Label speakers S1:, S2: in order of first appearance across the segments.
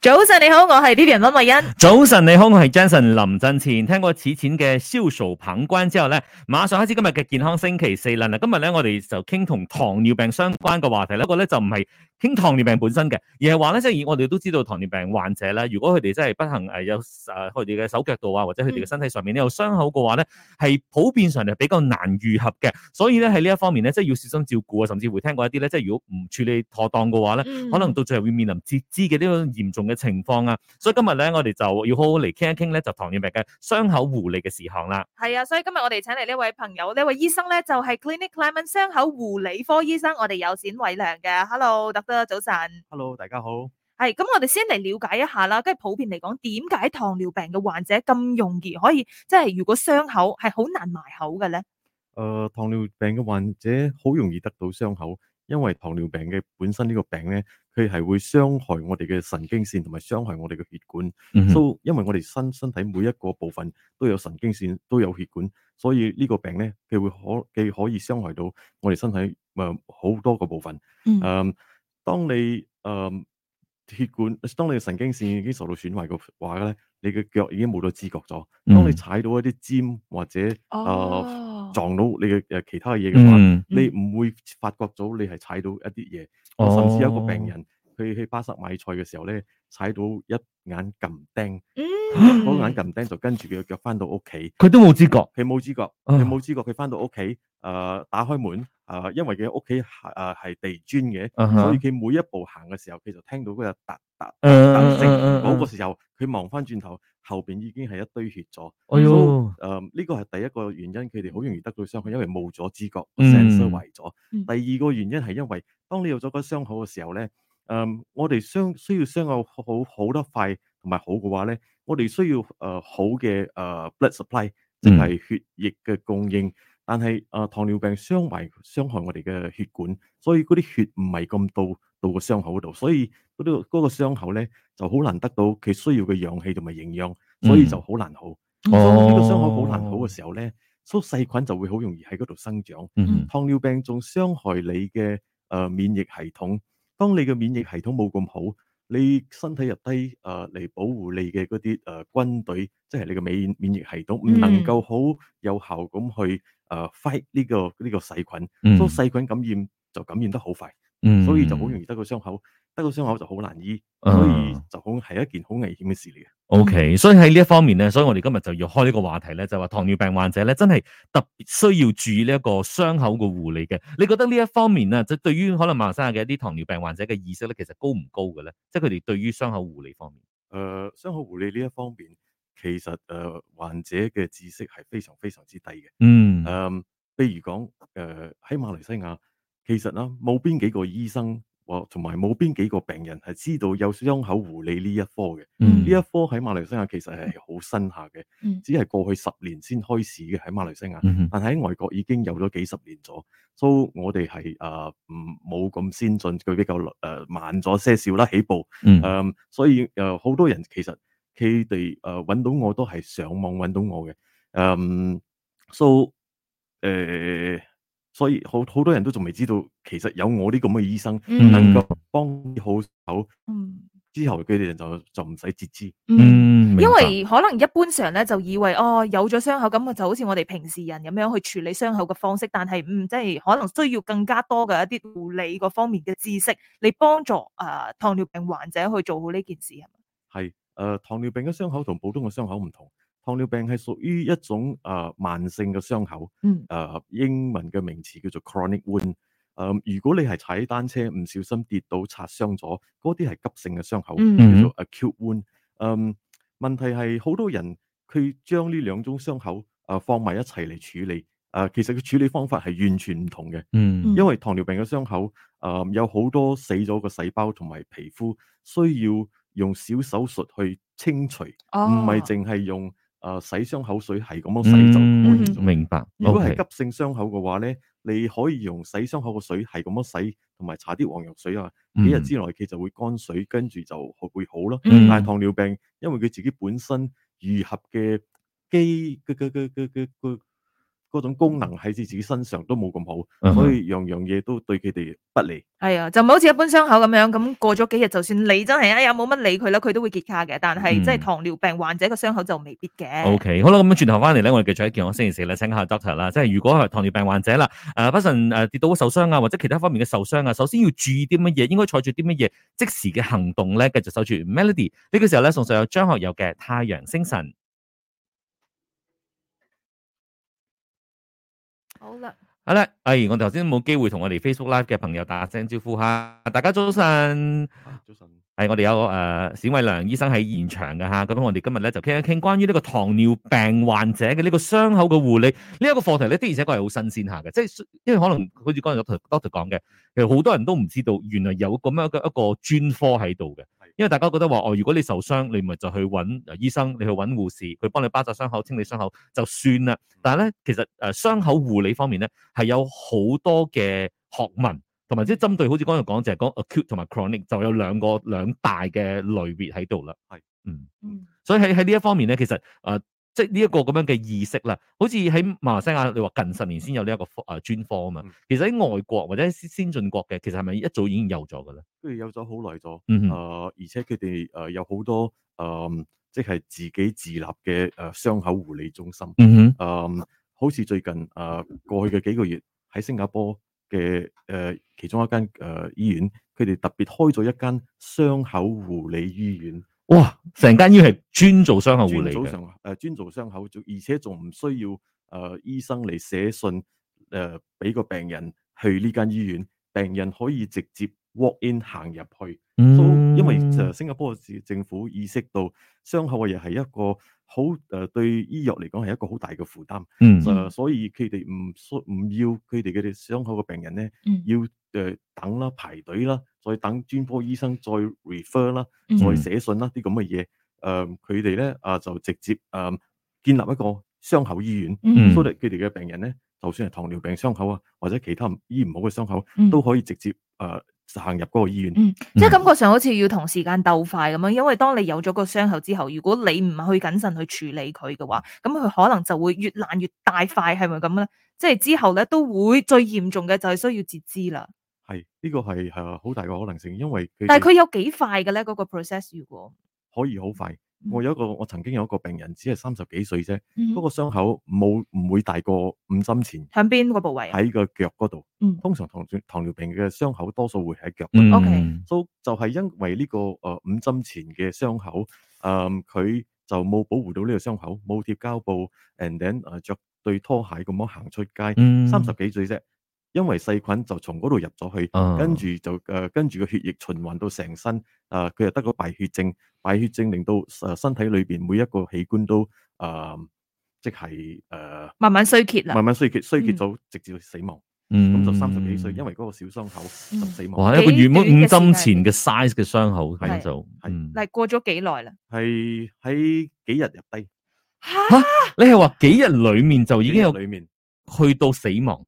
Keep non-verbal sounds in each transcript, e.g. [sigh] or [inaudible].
S1: 早晨你好，我係 Vivian 温慧
S2: [laughs]
S1: 欣。
S2: 早晨，你好，我係 Jason 林振前。聽過此前嘅消愁棒關之後咧，馬上開始今日嘅健康星期四啦。嗱，今日咧我哋就傾同糖尿病相關嘅話題，呢個咧就唔係傾糖尿病本身嘅，而係話咧即係我哋都知道糖尿病患者咧，如果佢哋真係不幸誒有誒佢哋嘅手腳度啊，或者佢哋嘅身體上面咧有傷口嘅話咧，係普遍上嚟比較難愈合嘅。所以咧喺呢一方面咧，即係要小心照顧啊，甚至會聽過一啲咧，即係如果唔處理妥當嘅話咧。
S1: 嗯
S2: 可能到最後會面臨截肢嘅呢個嚴重嘅情況啊，所以今日咧我哋就要好好嚟傾一傾咧，就糖尿病嘅傷口護理嘅事項啦。
S1: 係啊，所以今日我哋請嚟呢位朋友，呢位醫生咧就係 Clinic Clement 傷口護理科醫生，我哋有冼偉良嘅。Hello，doctor 早晨。
S3: Hello，大家好。
S1: 係，咁我哋先嚟了解一下啦。跟住普遍嚟講，點解糖尿病嘅患者咁容易可以，即係如果傷口係好難埋口嘅咧？
S3: 誒、呃糖尿病嘅患者好容易得到傷口，因為糖尿病嘅本身呢個病咧，佢係會傷害我哋嘅神經線同埋傷害我哋嘅血管。
S2: 嗯
S3: 都因為我哋身身體每一個部分都有神經線，都有血管，所以呢個病咧，佢會可佢可以傷害到我哋身體誒好、多個部分。
S1: 嗯
S3: 誒、當你誒、血管，當你嘅神經線已經受到損壞嘅話咧，你嘅腳已經冇咗知覺咗。當
S2: 嗯
S3: 你踩到一啲尖或者誒、
S1: 哦
S3: 撞到你嘅誒其他嘢嘅話，
S2: 嗯，
S3: 你唔會發覺到你係踩到一啲嘢。
S2: 哦
S3: 甚至有一個病人，佢去巴塞買菜嘅時候咧，踩到一眼撳釘，
S1: 嗯，
S3: 嗰、眼撳釘就跟住佢嘅腳翻到屋企。
S2: 哦佢都冇知覺。
S3: 佢冇知覺，
S2: 啊
S3: 佢冇知覺，佢翻到屋企，誒、呃打開門，誒、因為佢屋企係誒係地磚嘅，
S2: 啊哈
S3: 所以佢每一步行嘅時候，佢就聽到嗰個嗒嗒
S2: 嗯
S3: 嗒聲。
S2: 嗯
S3: 嗰個時候，佢望翻轉頭，後邊已經係一堆血咗。
S2: 哎呦，
S3: 誒，呢個係第一個原因，佢哋好容易得到傷害，因為冇咗知覺
S2: 嗯
S3: ，sense 壞咗。
S1: 嗯
S3: 第二個原因係因為當你有咗個傷口嘅時候咧，誒、我哋傷需要傷口好好得快同埋好嘅話咧，我哋需要誒、呃好嘅誒、呃 blood supply，即
S2: 嗯
S3: 係血液嘅供應。但係誒、呃糖尿病傷埋傷害我哋嘅血管，所以嗰啲血唔係咁到到個傷口呃嗰度，所以嗰啲嗰個傷口咧就好難得到佢需要嘅氧氣同埋營養，所以
S2: 嗯
S3: 就好難好。
S2: 哦
S1: 嗯
S3: 呢個傷口好難好嘅時候咧，所以細菌就會好容易喺嗰度生長。
S2: 嗯
S3: 糖尿病仲傷害你嘅誒、呃免疫系統。當你嘅免疫系統冇咁好，你身體入低誒嚟保護你嘅嗰啲誒軍隊，即係你嘅免免疫系統唔能
S1: 嗯
S3: 夠好有效咁去誒、呃 fight 呢、個呢、個細菌，
S2: 嗯
S3: 所以細菌感染就感染得好快，
S2: 嗯
S3: 所以就好容易得個傷口，得個傷口就好難醫，
S2: 啊
S3: 所以就好係一件好危險嘅事嚟嘅。
S2: O、k 所以喺呢一方面咧，所以我哋今日就要開呢個話題咧，就話糖尿病患者咧真係特別需要注意呢一個傷口嘅護理嘅。你覺得呢一方面啊，即係對於可能馬來西亞嘅一啲糖尿病患者嘅意識咧，其實高唔高嘅咧？即係佢哋對於傷口護理方面。
S3: 誒、呃傷口護理呢一方面，其實誒、呃患者嘅知識係非常非常之低嘅。
S2: 嗯
S3: 誒、譬如講誒喺馬來西亞，其實啦啊冇邊幾個醫生或同埋冇邊幾個病人係知道有傷口護理呢一科嘅。
S2: 嗯
S3: 呢一科喺馬來西亞其實係好新下嘅
S1: 嗯，
S3: 只係過去十年先開始嘅喺馬來西亞。
S2: 嗯哼
S3: 但喺外國已經有咗幾十年咗，所以我哋係誒唔冇咁先進，佢比較誒、呃慢咗些少啦起步。
S2: 嗯
S3: 誒、所以誒好、多人其實佢哋誒揾到我都係上網揾到我嘅，誒、so 嗯誒、所以好好多人都仲未知道，其實有我呢咁嘅醫生
S1: 嗯
S3: 能夠幫好手，
S1: 嗯
S3: 之後佢哋就就唔使截肢。
S1: 嗯。
S2: 嗯，明
S1: 因
S2: 白
S1: 為可能一般上咧就以為哦有咗傷口咁就好似我哋平時人咁樣去處理傷口嘅方式，但係嗯即係可能需要更加多嘅一啲護理嗰方面嘅知識嚟幫助誒、呃糖尿病患者去做好呢件事係咪？
S3: 係誒、呃糖尿病嘅傷口同普通嘅傷口唔同，糖尿病係屬於一種誒、呃慢性嘅傷口，
S1: 嗯
S3: 誒、英文嘅名詞叫做 chronic wound。誒、如果你係踩單車唔小心跌倒擦傷咗，嗰啲係急性嘅傷口，
S1: 嗯
S3: 叫做 acute wound。誒、問題係好多人佢將呢兩種傷口誒、呃放埋一齊嚟處理，誒、啊其實佢處理方法係完全唔同嘅。
S2: 嗯
S3: 因為糖尿病嘅傷口，誒、呃有好多死咗嘅細胞同埋皮膚，需要用小手術去清除，唔
S1: 哦
S3: 係淨係用誒、呃洗傷口水係咁樣洗就可以
S1: 嗯
S3: 做。
S2: 明白。
S3: 如果係
S2: OK
S3: 急性傷口嘅話咧，你可以用洗傷口嘅水係咁樣洗，同埋搽啲黃藥水啊，幾日之內佢就會乾水，跟住就會好咯。
S2: 嗯
S3: 但係糖尿病，因為佢自己本身愈合嘅肌嘅嘅嘅嘅嘅嗰種功能喺自己身上都冇咁
S2: 嗯
S3: 好，
S2: 哼
S3: 所以樣樣嘢都對佢哋不利。
S1: 系啊，就唔好似一般傷口咁樣，咁過咗幾日，就算你真係哎呀冇乜理佢啦，佢都會結痂嘅。但係
S2: 嗯
S1: 即係糖尿病患者個傷口就未必嘅。
S2: O、k 好啦，咁樣轉頭翻嚟咧，我哋繼續喺健康星期四咧，請下 doctor 啦，即係如果係糖尿病患者啦，誒、不慎誒、跌倒受傷啊，或者其他方面嘅受傷啊，首先要注意啲乜嘢，應該採取啲乜嘢即時嘅行動咧，繼續守住 Melody 呢個時候咧，送上有張學友嘅《太陽星辰》。
S1: 好啦，
S2: 好啦，哎，我頭先冇機會同我哋 Facebook Live 嘅朋友打聲招呼嚇，大家早晨。
S3: 啊早晨，
S2: 係我哋有誒、呃、冼偉良醫生喺現場嘅嚇，咁我哋今日咧就傾一傾關於呢個糖尿病患者嘅呢個傷口嘅護理呢一、個課題咧，的而且確係好新鮮下嘅，即係因為可能好似剛才 doctor doctor 講嘅，其實好多人都唔知道原來有咁樣嘅一個專科喺度嘅，因為大家覺得話哦，如果你受傷，你咪就去揾呃醫生，你去揾護士，佢幫你包紮傷口、清理傷口就算啦。但係咧，其實誒、呃、傷口護理方面咧係有好多嘅學問。同埋即係針對好似剛才講就係講 acute 同埋 chronic 就有兩個兩大嘅類別喺度啦。
S3: 係，
S2: 嗯，
S1: 嗯，
S2: 所以喺喺呢一方面咧，其實誒、呃即係呢一個咁樣嘅意識啦，好似喺馬來西亞你話近十年先有呢一個科誒專科啊嘛
S3: 嗯，
S2: 其實喺外國或者先先進國嘅，其實係咪一早已經有咗嘅咧？
S3: 跟住有咗好耐咗，
S2: 嗯
S3: 誒、
S2: 哼，
S3: 而且佢哋誒有好多誒、呃即係自己自立嘅誒、呃傷口護理中心。
S2: 嗯哼，
S3: 誒、好似最近誒、過去嘅幾個月喺新加坡嘅誒、其中一間誒、呃醫院，佢哋特別開咗一間傷口護理醫院，
S2: 哇！成間醫院係專做傷口護啊理
S3: 專做
S2: 嘅，
S3: 傷誒呃專做傷口，而且仲唔需要誒、醫生嚟寫信誒俾、個病人去呢間醫院，病人可以直接 walk in 行入去。
S2: 嗯
S3: 都因為就新加坡嘅政府意識到傷口嘅嘢係一個好誒、呃、對醫藥嚟講係一個好大嘅負擔，
S2: 嗯
S3: 誒、所以佢哋唔需唔要佢哋嘅啲傷口嘅病人咧，
S1: 嗯
S3: 要誒、呃等啦、排隊啦，再等專科醫生再 refer 啦、
S1: 嗯
S3: 再寫信啦啲咁嘅嘢，誒佢哋咧啊就直接誒、呃建立一個傷口醫院，
S2: 嗯
S3: 所以佢哋嘅病人咧，就算係糖尿病傷口啊，或者其他唔醫唔好嘅傷口，
S1: 嗯
S3: 都可以直接誒、呃行入嗰個醫院。
S1: 即係感覺上好似要同時間鬥快咁樣，因為當你有咗個傷口之後，如果你唔去謹慎去處理佢嘅話，咁佢可能就會越爛越大塊，係咪咁咧？即係之後咧都會最嚴重嘅就係需要截肢啦。
S3: 系呢、個个系诶好大嘅可能性，因為佢
S1: 但係
S3: 哋
S1: 佢有幾快嘅咧？嗰、個 process 如果
S3: 可以好快。我有一個我曾經有一個病人，只係三十幾歲啫，
S1: 嗯
S3: 嗰個傷口冇唔會大過五針前
S1: 向邊個部位啊？
S3: 喺個腳嗰度
S1: 嗯。
S3: 通常糖尿糖尿病嘅傷口多數會喺腳。
S2: 嗯
S1: OK
S3: 所以就係因為呢、個个呃五針前嘅傷口，诶、佢就冇保護到呢個傷口，冇貼膠布，and then 诶着對拖鞋咁樣行出街，
S2: 嗯
S3: 三十幾歲啫，因為細菌就從嗰度入咗去。
S2: 啊
S3: 跟住就誒、呃跟住個血液循環到成身，誒、呃佢又得個敗血症，敗血症令到誒、呃身體裏邊每一個器官都誒、呃即係誒、呃
S1: 慢慢衰竭啦。
S3: 慢慢衰竭，衰竭
S1: 嗯
S3: 到直至死亡，咁、
S2: 咁
S3: 就三十幾歲，因為嗰個小傷口就死亡，
S2: 嗯哇一個
S1: 幾
S2: 原本
S1: 短嘅
S2: 五
S1: 時間
S2: 針前嘅 size 嘅傷口
S1: 係
S2: 咁就
S3: 係
S2: 嗯
S1: 嗱，過咗幾耐啦？
S3: 係喺、幾日入低，
S1: 吓
S2: 你係話幾日裡面就已經有
S3: 裏面，
S2: 去到死亡？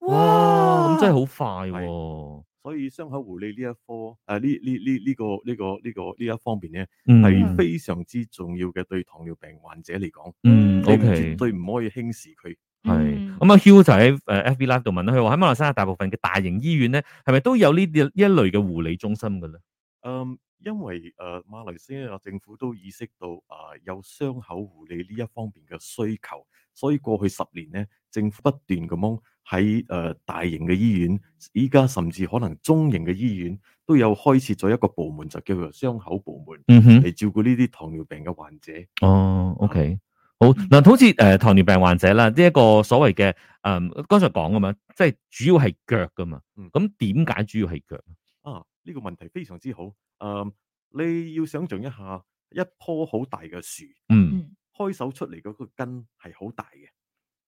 S2: 哇，咁真係好快
S3: 係
S2: 喎、
S3: 所以傷口護理呢一科誒呢呢呢呢個呢、個呢、個呢一方面咧
S2: 嗯
S3: 係非常之重要嘅，對糖尿病患者嚟講，
S2: 嗯
S3: 你
S2: ，OK，
S3: 絕對唔可以輕視佢。
S2: 係
S1: 嗯
S2: 咁啊，Hugh 就喺诶 FB Live 度問啦，佢話喺馬來西亞大部分嘅大型醫院咧，係咪都有呢啲呢一類嘅護理中心嘅咧？
S3: 嗯，因為誒、呃、馬來西亞政府都意識到啊、呃有傷口護理呢一方面嘅需求，所以過去十年咧，政府不斷咁樣喺誒、呃大型嘅醫院，依家甚至可能中型嘅醫院都有開設咗一個部門，就叫做傷口部門
S2: 嗯哼，
S3: 嚟照顧呢啲糖尿病嘅患者。
S2: 哦，OK，好
S3: 嗯
S2: 嗱，好似诶糖尿病患者啦，呢、一個所謂嘅诶剛才講噶嘛，即係主要係腳噶嘛，
S3: 嗯
S2: 咁點解主要係腳？
S3: 啊，呢、個問題非常之好。誒、啊你要想象一下一棵好大嘅樹。
S2: 嗯
S3: 開手出嚟嗰個根係好大嘅，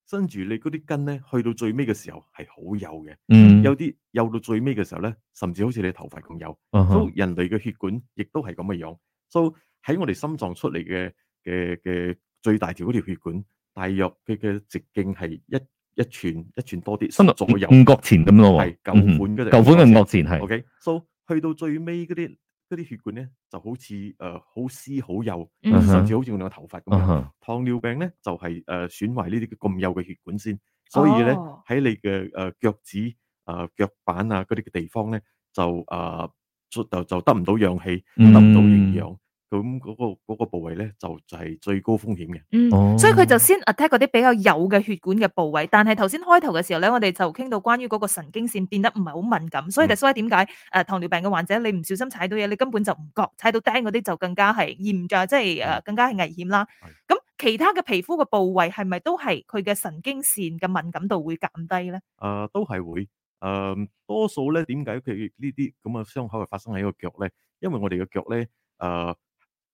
S3: 跟住你嗰啲根咧，去到最尾嘅時候係好幼嘅，
S2: 嗯，
S3: 有啲幼到最尾嘅時候咧，甚至好似你頭髮咁幼。
S2: 啊哈
S3: 所以人類嘅血管亦都係咁嘅樣。所以喺我哋心臟出嚟嘅嘅嘅最大條嗰條血管，大約佢嘅直徑係一一寸一寸多啲，
S2: 心入
S3: 左右
S2: 五角前咁咯喎，
S3: 係舊款
S2: 嗯
S3: 嗰
S2: 哼
S3: 隻
S2: 舊款嘅
S3: 五
S2: 五
S3: 角
S2: 角前係，
S3: OK，so、去到最尾嗰啲嗰啲血管咧就好似誒、呃好絲好幼，
S1: 嗯
S2: 哼
S3: 甚至好似我哋個頭髮咁樣。
S2: 啊
S3: 糖尿病咧就係、呃損壞呢啲咁幼嘅血管先，所以咧喺、
S1: 哦
S3: 你嘅誒腳趾、誒腳板啊嗰啲嘅地方咧就誒、呃就就就得唔到氧氣，
S2: 嗯
S3: 得唔到營養，咁嗰、個嗰個部位咧就就係、最高風險嘅。
S1: 嗯
S2: 哦
S1: 所以佢就先 attack 嗰啲比較幼嘅血管嘅部位，但係頭先開頭嘅時候咧，我哋就傾到關於嗰個神經線變得唔係好敏感，所以就所以點解誒糖尿病嘅患者你唔小心踩到嘢，你根本就唔覺，踩到釘嗰啲就更加係嚴重，即係誒
S3: 嗯
S1: 更加係危險啦。咁其他嘅皮膚嘅部位係咪都係佢嘅神經線嘅敏感度會減低咧？
S3: 誒、呃都係會誒、多數咧點解佢呢啲咁嘅傷口係發生喺個腳咧？因為我哋嘅腳咧誒、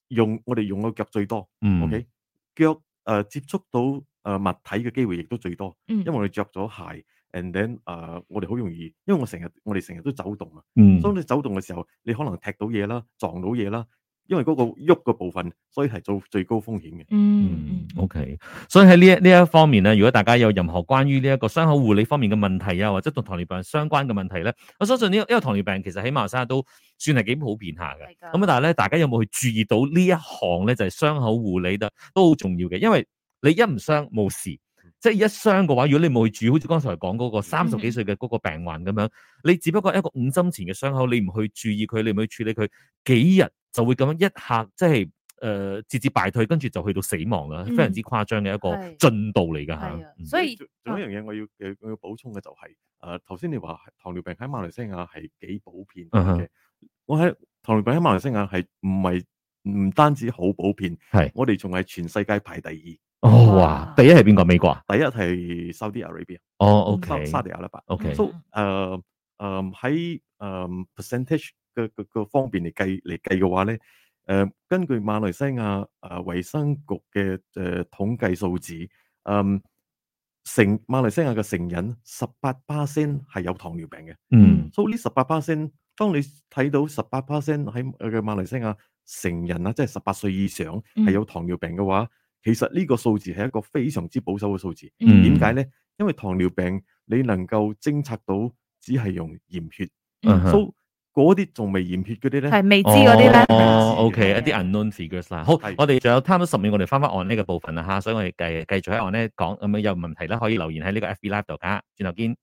S3: 用我哋用個腳最多、
S2: 嗯
S3: o k 腳誒、呃接觸到誒、物體嘅機會亦都最多，
S1: 嗯
S3: 因為我哋着咗鞋，and then 誒、我哋好容易，因為我成日我哋成日都走動啊，
S2: 嗯
S3: 當你走動嘅時候，你可能踢到嘢啦，撞到嘢啦，因為嗰個喐嘅部分，所以係做最高風險嘅。
S1: 嗯
S2: 嗯，OK，所以喺呢一呢一方面咧，如果大家有任何關於呢一個傷口護理方面嘅問題啊，或者同糖尿病相關嘅問題咧，我相信呢、個因為糖尿病其實喺馬來西亞都算係幾普遍下嘅。
S1: 係㗎
S2: 咁啊，但係咧，大家有冇去注意到呢一項咧，就係、傷口護理得都好重要嘅，因為你一唔傷冇事。
S1: 嗯
S2: 即係一傷嘅話，如果你冇去注意，好似剛才講嗰個三十幾歲嘅嗰個病患咁樣，你只不過一個五針前嘅傷口，你唔去注意佢，你唔去處理佢，幾日就會咁樣一下即係誒節節敗退，跟住就去到死亡啦，
S1: 嗯
S2: 非常之誇張嘅一個
S1: 係
S2: 進度嚟㗎嚇
S1: 係啊。
S2: 嗯
S1: 所以
S3: 仲仲有一樣嘢我要我要我要補充嘅就係、誒頭先你話糖尿病喺馬來西亞係幾普遍
S2: 嗯哼
S3: 嘅，我喺糖尿病喺馬來西亞係唔係唔單止好普遍，
S2: 係
S3: 我哋仲係全世界排第二，第
S2: 哦哇，第一係邊個？美國啊？
S3: 一係 Saudi Arabia，
S2: 哦
S3: 沙
S2: ，OK
S3: 沙地阿拉伯。
S2: OK，
S3: So 誒誒呃喺誒 percentage 嘅嘅嘅方面嚟計嚟計嘅話咧，誒、根據馬來西亞誒、呃、衞生局嘅誒、呃、統計數字，誒、成馬來西亞嘅成人十八 percent 係有糖尿病嘅。
S2: 嗯
S3: 所以呢十八 percent，當你睇到十八 percent 喺呃嘅馬來西亞成人啊，即係十八歲以上
S1: 嗯
S3: 係啊有糖尿病嘅話，其實呢個數字係一個非常之保守嘅數字。
S2: 嗯
S3: 點解咧？因為糖尿病你能夠偵測到，只係用驗血，
S2: 嗯哼
S3: 所以嗰啲仲未驗血嗰啲咧，
S1: 係未知嗰啲咧，
S2: 哦
S3: 未知
S2: ，OK，
S1: 嘅
S2: 一啲 unknown figures 啦。好
S3: 係，
S2: 我哋仲有差唔多十秒，我哋翻翻按呢個部分啦吓，所以我哋繼繼續喺按呢講，咁樣有問題咧可以留言喺呢個 FB Live 度噶，轉頭見。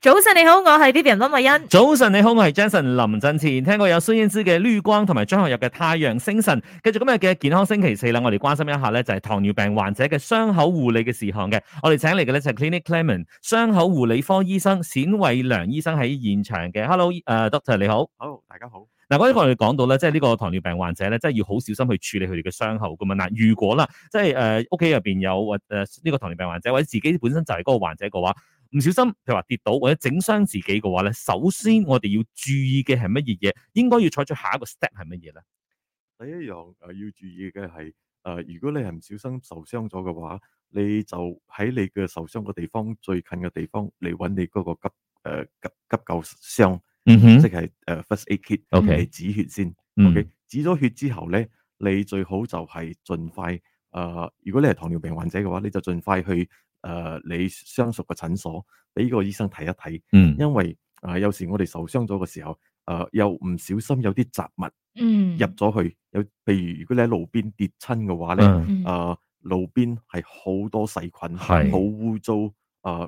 S1: 早晨你好，我係 Vivian 温慧欣。
S2: 早晨，你好，我係 Jason 林振前。聽過有孫燕姿嘅《綠光》同埋張學友嘅《太陽星辰》。繼續今日嘅健康星期四啦，我哋關心一下咧就係糖尿病患者嘅傷口護理嘅事項嘅。我哋請嚟嘅咧就係 Clinic Clement 傷口護理科醫生冼偉良醫生喺現場嘅。Hello，誒、Doctor 你好。
S3: 好，大家好。
S2: 嗱，剛才我哋講到咧，即係呢個糖尿病患者咧，即係要好小心去處理佢哋嘅傷口噶嘛。嗱，如果啦，即係誒屋企入邊有或誒呃呢個糖尿病患者，或者自己本身就係嗰個患者嘅話，唔小心譬如話跌倒或者整傷自己嘅話咧，首先我哋要注意嘅係乜嘢嘢？應該要採取下一個 step 係乜嘢咧？
S3: 第一樣誒呃要注意嘅係呃誒，如果你係唔小心受傷咗嘅話，你就喺你嘅受傷嘅地方最近嘅地方嚟揾你嗰個急誒、呃急急救箱，
S2: 嗯
S3: 即係誒 first aid kit 嚟
S2: ，OK，
S3: 止血先。
S2: 嗯
S3: OK，止咗血之後咧，你最好就係盡快誒、呃如果你係糖尿病患者嘅話，你就盡快去誒、呃你相熟嘅診所俾個醫生睇一睇，
S2: 嗯
S3: 因為誒、呃有時我哋受傷咗嘅時候，誒、呃又唔小心有啲雜物。
S1: 嗯
S3: 入咗去，有譬如如果你喺路邊跌親嘅話咧，誒、
S2: 嗯
S3: 啊路邊係好多細菌，
S2: 係
S3: 好污糟，誒、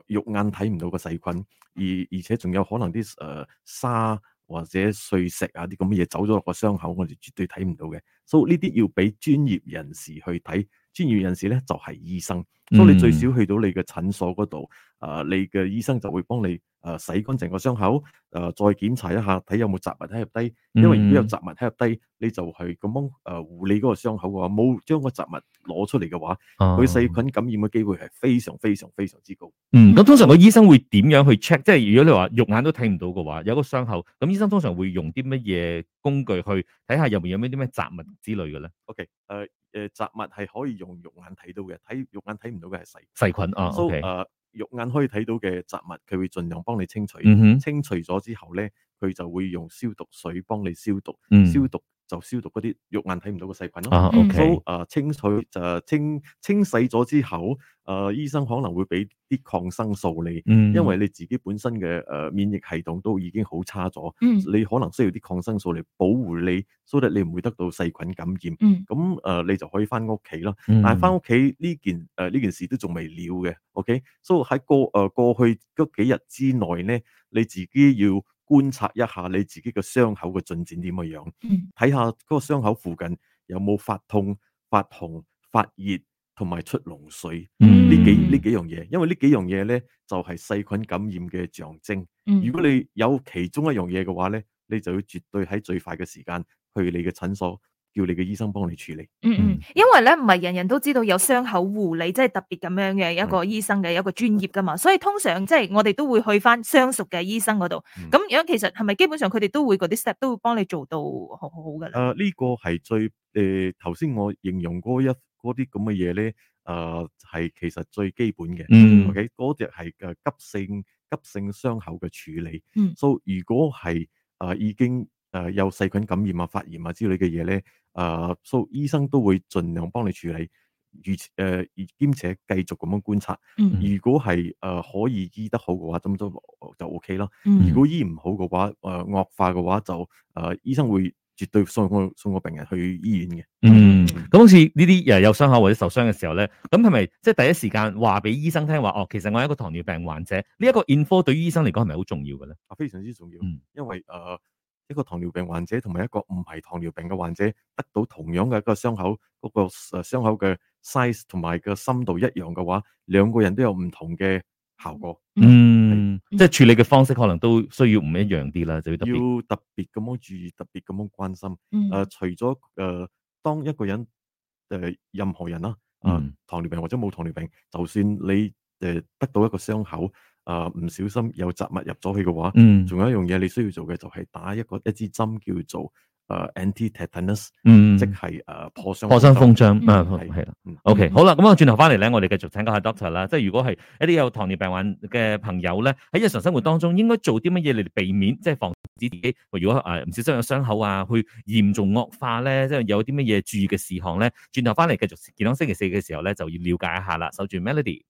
S3: 肉眼睇唔到個細菌，而而且仲有可能啲誒、呃沙或者碎石啊啲咁嘅嘢走咗落個傷口，我哋絕對睇唔到嘅，所以呢啲要俾專業人士去睇，專業人士咧就係、醫生。所以你最少
S2: 嗯
S3: 去到你嘅診所嗰度，啊、你嘅醫生就會幫你啊、洗乾淨個傷口，啊、再檢查一下睇有冇雜物喺入低，因為如果有
S2: 嗯
S3: 雜物喺入低，你就係咁樣啊護理嗰個傷口嘅話，冇將個雜物攞出嚟嘅話，
S2: 嗯
S3: 佢細
S2: 哦
S3: 菌感染嘅機會係非常非常非常之高。
S2: 嗯，咁通常個醫生會點樣去 check？即係如果你話肉眼都睇唔到嘅話，有個傷口，咁醫生通常會用啲乜嘢工具去睇下入面有咩啲咩雜物之類嘅咧？
S3: OK，誒、誒、呃雜物係可以用肉眼睇到嘅，睇肉眼睇唔到嘅係細菌。
S2: 細菌啊
S3: 所以
S2: ，OK，
S3: 誒肉眼可以睇到嘅雜物，佢會盡量幫你清除。
S2: 嗯哼，
S3: 清除咗之後咧，佢就會用消毒水幫你消毒。
S2: 嗯
S3: 消毒就消毒嗰啲肉眼睇唔到嘅細菌咯。
S2: 啊
S4: 嗯
S3: So，
S2: ，OK，
S3: 呃清洗就清清洗咗之後，诶醫生可能會俾啲抗生素你，
S2: 嗯，
S3: 因為你自己本身嘅诶免疫系統都已經好差咗，
S4: 嗯
S3: 你可能需要啲抗生素嚟保護你，so that 你唔會得到細菌感染。
S4: 嗯
S3: 咁诶你就可以翻屋企啦。
S2: 嗯
S3: 但係翻屋企呢件誒呢件事都仲未了嘅，OK，所以喺過誒過去嗰幾日之內咧，你自己要觀察一下你自己嘅傷口嘅進展點嘅樣，
S4: 嗯
S3: 睇下嗰個傷口附近有冇發痛、發紅、發熱同埋出膿水
S2: 嗯
S3: 呢幾呢
S4: 嗯
S3: 幾樣嘢，因為呢幾樣嘢咧就係細菌感染嘅象徵。
S4: 嗯
S3: 如果你有其中一樣嘢嘅話咧，你就要絕對喺最快嘅時間去你嘅診所，叫你嘅醫生幫你處理。
S4: 嗯嗯
S2: 嗯
S1: 因為咧唔係人人都知道有傷口護理，即係特別咁樣嘅一
S2: 嗯
S1: 個醫生嘅一個專業噶嘛，所以通常即係我哋都會去翻相熟嘅醫生嗰度。
S3: 嗯
S1: 咁樣其實係咪基本上佢哋都會嗰啲 step 都會幫你做到好好噶
S3: 诶，
S1: 啦？
S3: 呃呢、個係最诶，頭先我形容嗰一嗰啲咁嘅嘢咧，诶、係其實最基本嘅。
S2: 嗯
S3: OK，嗰只係诶急性急性傷口嘅處理。
S4: 嗯
S3: 所以如果係诶、呃已經诶、呃有細菌感染啊、發炎啊之類嘅嘢咧，诶、呃，所以醫生都會盡量幫你處理。而诶、呃而兼且繼續咁樣觀察，
S4: 嗯
S3: 如果係诶、呃可以醫得好嘅話，咁都就 O K 啦。
S4: 嗯
S3: 如果醫唔好嘅話，誒、呃、惡化嘅話就誒、呃、醫生會絕對送個送個病人去醫院嘅。
S2: 嗯，咁好似呢啲誒有傷口或者受傷嘅時候咧，咁係咪即係第一時間話俾醫生聽話？哦，其實我係一個糖尿病患者，呢、一個 info 對於醫生嚟講係咪好重要嘅咧？
S3: 啊，非常之重要，
S2: 嗯
S3: 因為誒、呃一個糖尿病患者同埋一個唔係糖尿病嘅患者得到同樣嘅一個傷口，嗰、個誒傷口嘅 size 同埋個深度一樣嘅話，兩個人都有唔同嘅效果，
S2: 嗯，即係處理嘅方式可能都需要唔一樣啲啦，就要特
S3: 要啊
S2: 別。
S3: 特別咁樣注意，特別咁樣關心。
S4: 嗯
S3: 誒、除咗誒、呃，當一個人誒、呃任何人啦，啊、
S2: 嗯
S3: 糖尿病或者冇糖尿病，就算你誒、呃得到一個傷口，啊、唔小心有雜物入咗去嘅話，
S2: 嗯
S3: 仲、有一樣嘢你需要做嘅就係打一個一支針叫做誒 anti-tetanus，
S2: 嗯
S3: 即，係誒、呃破傷
S2: 破傷風疝啊，
S3: 係
S2: 係啦。
S3: 嗯
S2: OK，
S4: 嗯
S2: 好啦，咁啊，轉頭翻嚟咧，我哋繼續請教下 Doctor 啦。即係如果係一啲有糖尿病患嘅朋友咧，喺日常生活當中應該做啲乜嘢嚟避免，即係防止自己如果誒唔小心有傷口啊，去嚴重惡化咧，即係有啲乜嘢注意嘅事項咧？轉頭翻嚟繼續健康星期四嘅時候咧，就要了解一下啦。守住 Melody。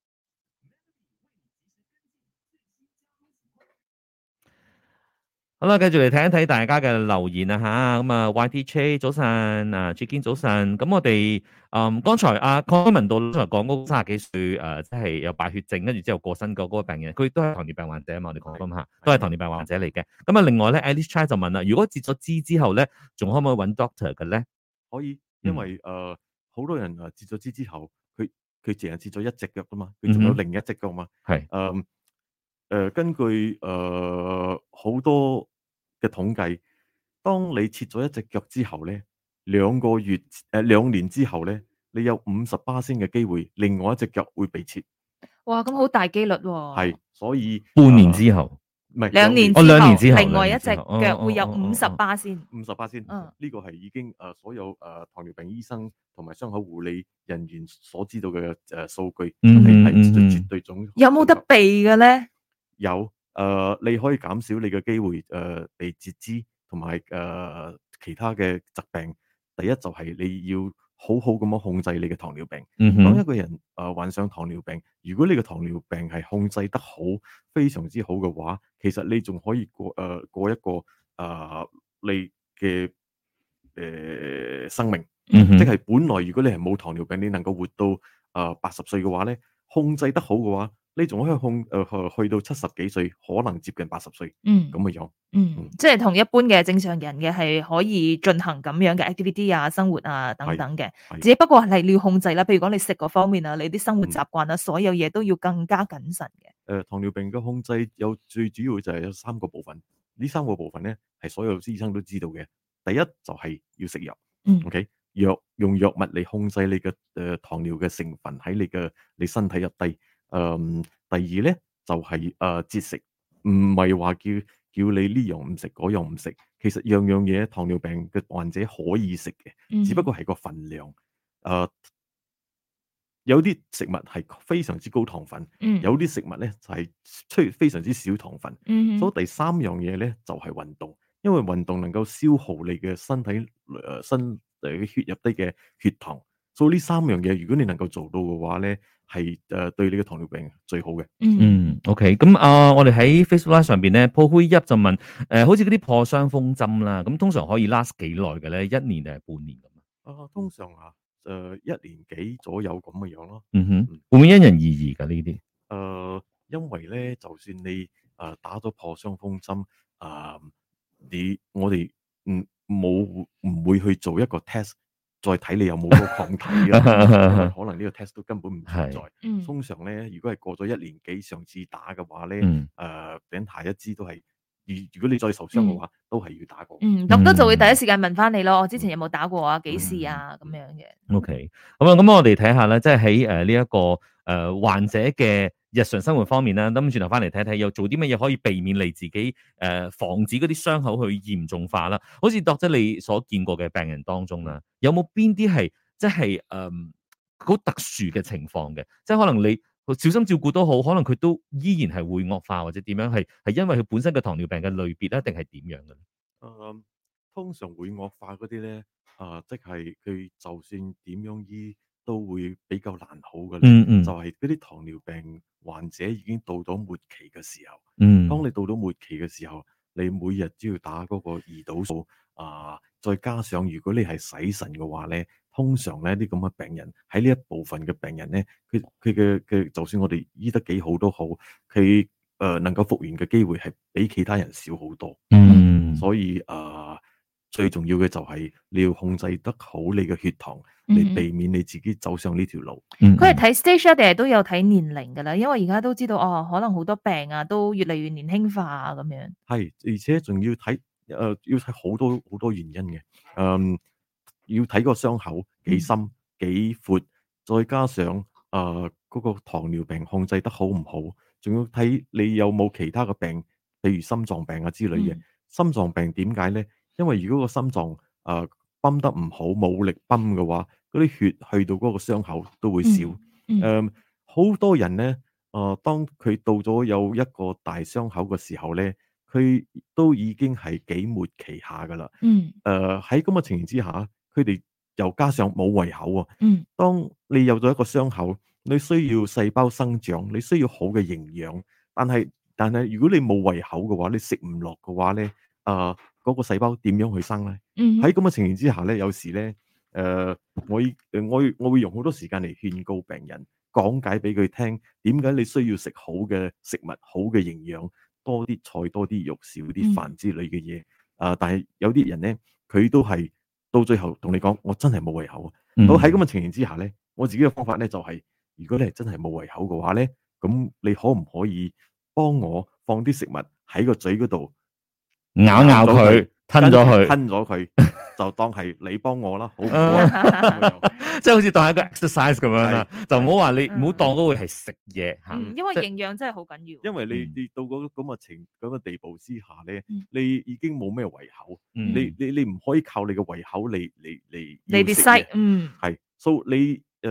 S2: 好啦，繼續嚟睇一睇大家嘅留言啊吓，咁啊 YTJ 早晨啊 j i 早晨，咁我哋嗯剛才阿 c o n 文到剛才講嗰個三十幾歲誒，即係有敗血症，跟住之後過身嗰嗰個病人，佢都係糖尿病患者啊嘛，我哋講翻下，都係糖尿病患者嚟嘅。咁啊，另外咧，Alice Chai 就問啦，如果截咗肢之後咧，仲可唔可以揾 doctor 嘅咧？
S3: 可以，
S2: 嗯
S3: 因為誒好、多人誒截咗肢之後，佢佢淨係截咗一隻腳噶嘛，佢仲有
S2: 嗯哼
S3: 另一隻腳嘛。
S2: 係
S3: 誒誒、呃根據誒好、多嘅統計，當你切咗一隻腳之後咧，兩個月誒、呃、兩年之後咧，你有五十巴仙嘅機會，另外一隻腳會被切，
S1: 哇，咁好大機率喎、
S3: 係、所以
S2: 半年之後，
S3: 唔係
S1: 兩年
S2: 哦兩年之後
S1: 另外一隻
S2: 兩年之
S1: 腳
S2: 後
S1: 會有
S2: 哦哦
S1: 五十巴先。
S3: 五十巴仙，
S1: 嗯
S3: 呢個係已經誒、呃所有誒、呃糖尿病醫生同埋傷口護理人員所知道嘅誒、呃、數據，
S2: 嗯
S3: 係係
S2: 嗯嗯
S3: 絕絕對準。
S1: 有冇得避嘅咧？
S3: 有誒、呃你可以減少你嘅機會誒、呃被截肢同埋誒其他嘅疾病。第一就係你要好好咁樣控制你嘅糖尿病。
S2: 嗯
S3: 當
S2: 哼
S3: 一，個人誒、呃患上糖尿病，如果你嘅糖尿病係控制得好，非常之好嘅話，其實你仲可以過誒、呃過一個誒、呃你嘅誒、呃生命。
S2: 嗯哼
S3: 即係本來如果你係冇糖尿病，你能夠活到呃誒八十歲嘅話咧，控制得好嘅話，你仲可以控誒、呃去到七十幾歲，可能接近八十歲
S4: 嗯
S3: 咁嘅樣。
S4: 嗯
S1: 即係同一般嘅正常人嘅係可以進行咁樣嘅 activity 啊、生活啊等等嘅，
S3: 係嗯
S1: 只不過係你要控制啦。譬如講你食嗰方面啊，你啲生活習慣啊，所有嘢都要更加謹慎嘅。
S3: 誒、呃糖尿病嘅控制有最主要就係有三個部分，呢三個部分咧係所有醫生都知道嘅。第一就係要食藥
S4: 嗯
S3: ，OK，藥用藥物嚟控制你嘅誒、呃糖尿嘅成分喺你嘅你身體入低。誒、第二咧就係、誒、節食，唔係話叫叫你呢樣唔食嗰樣唔食，其實樣樣嘢糖尿病嘅患者可以食嘅。
S4: 嗯，
S3: 只不過係個份量。誒、有啲食物係非常之高糖分，
S4: 嗯
S3: 有啲食物咧就係、非非常之少糖分。
S4: 嗯
S3: 所以第三樣嘢咧就係、運動，因為運動能夠消耗你嘅身體誒、呃身誒血入低嘅血糖，所以呢三樣嘢如果你能夠做到嘅話咧，係誒、呃、對你嘅糖尿病最好嘅。
S1: 嗯，
S2: 嗯，OK，咁啊、我哋喺 Facebook Live 上边咧 p o 一就問，诶、好似嗰啲破傷風針啦，咁通常可以 last 幾耐嘅咧？一年定係半年咁啊？
S3: 啊，通常啊誒、呃一年幾左右咁嘅樣咯。
S2: 嗯哼，會唔會因人而異㗎呢啲？
S3: 誒、因為咧，就算你誒、呃打咗破傷風針，啊、你我哋唔冇唔會去做一個 test，再睇你有冇嗰個抗體啊，因為可能呢個 test 都根本唔存在。
S1: 嗯
S3: 通常咧，如果係過咗一年幾上次打嘅話咧，誒、
S2: 嗯
S3: 頂下一支都係，如如果你再受傷嘅話，都係要打過。
S1: 嗯，咁都就會第一時間問翻你咯。我之前有冇打過啊？幾時啊？咁
S3: 嗯
S1: 樣嘅。
S2: ，OK，咁啊，咁我哋睇下啦，即係喺诶呢一個诶、呃患者嘅日常生活方面啦，咁轉頭翻嚟睇睇，又做啲乜嘢可以避免你自己诶、呃防止嗰啲傷口去嚴重化啦。好似作者你所見過嘅病人當中啦，有冇邊啲係即係诶好特殊嘅情況嘅？即係可能你小心照顧都好，可能佢都依然係會惡化或者點樣？係係因為佢本身嘅糖尿病嘅類別啊，定係點樣嘅咧？
S3: 誒呃通常會惡化嗰啲咧，啊、即係佢就算點樣醫都會比較難好嘅啦。
S2: 嗯嗯
S3: 就係嗰啲糖尿病患者已經到咗末期嘅時候，
S2: 嗯
S3: 當你到咗末期嘅時候，你每日都要打嗰個胰島素啊、再加上如果你係洗腎嘅話咧，通常咧啲咁嘅病人喺呢一部分嘅病人咧，佢佢嘅嘅就算我哋醫得幾好都好，佢誒、呃能夠復原嘅機會係比其他人少好多。
S2: 嗯
S3: 所以啊、呃最重要嘅就係你要控制得好你嘅血糖，
S1: 嗯
S3: 嚟避免你自己走上呢條路。
S2: 嗯
S1: 佢係睇 stage 啊，定係都有睇年齡㗎啦？因為而家都知道哦，可能好多病啊都越嚟越年輕化啊咁樣。
S3: 係，而且仲要睇诶、呃要睇好多好多原因嘅。嗯，要睇個傷口幾深幾闊，再加上诶嗰、個糖尿病控制得好唔好，仲要睇你有冇其他嘅病，譬如心臟病啊之
S1: 嗯
S3: 類嘢。心臟病點解咧？因為如果個心臟诶、呃泵得唔好，冇力泵嘅話，嗰啲血去到嗰個傷口都會少。
S1: 嗯
S3: 誒好、多人咧，誒、當佢到咗有一個大傷口嘅時候咧，佢都已經係幾末期下噶啦。
S1: 嗯
S3: 誒喺咁嘅情形之下，佢哋又加上冇胃口喎、
S1: 嗯
S3: 當你有咗一個傷口，你需要細胞生長，你需要好嘅營養，但係但係如果你冇胃口嘅話，你食唔落嘅話咧，誒、嗰、個細胞點樣去生咧？
S1: 嗯
S3: 喺咁嘅情形之下咧，有時咧，誒、我以誒我會我會用好多時間嚟勸告病人，講解俾佢聽點解你需要食好嘅食物、好嘅營養，多啲菜、多啲肉、少啲飯之類嘅嘢。啊、但係有啲人咧，佢都係到最後同你講，我真係冇胃口啊。
S2: 嗯
S3: 好喺咁嘅情形之下咧，我自己嘅方法咧就係、如果你係真係冇胃口嘅話咧，咁你可唔可以幫我放啲食物喺個嘴嗰度？
S2: 咬咬佢，吞咗佢。
S3: 吞
S2: [laughs]
S3: 咗佢，就當係你幫我啦，好唔好
S2: 嗯
S3: 啊？咁樣
S2: [laughs] 即係好似當係一個 exercise 咁樣啦，就唔好話你
S1: 嗯
S2: 唔好當嗰個係食嘢嚇。
S1: 嗯，因為
S2: 即係
S1: 營養真係好緊要。
S3: 因為你
S2: 嗯
S3: 你到嗰咁嘅情咁嘅地步之下咧
S1: 嗯，
S3: 你已經冇咩胃口，
S2: 嗯
S3: 你你你唔可以靠你嘅胃口嚟嚟嚟
S1: 你啲西嗯
S3: 系，所以你诶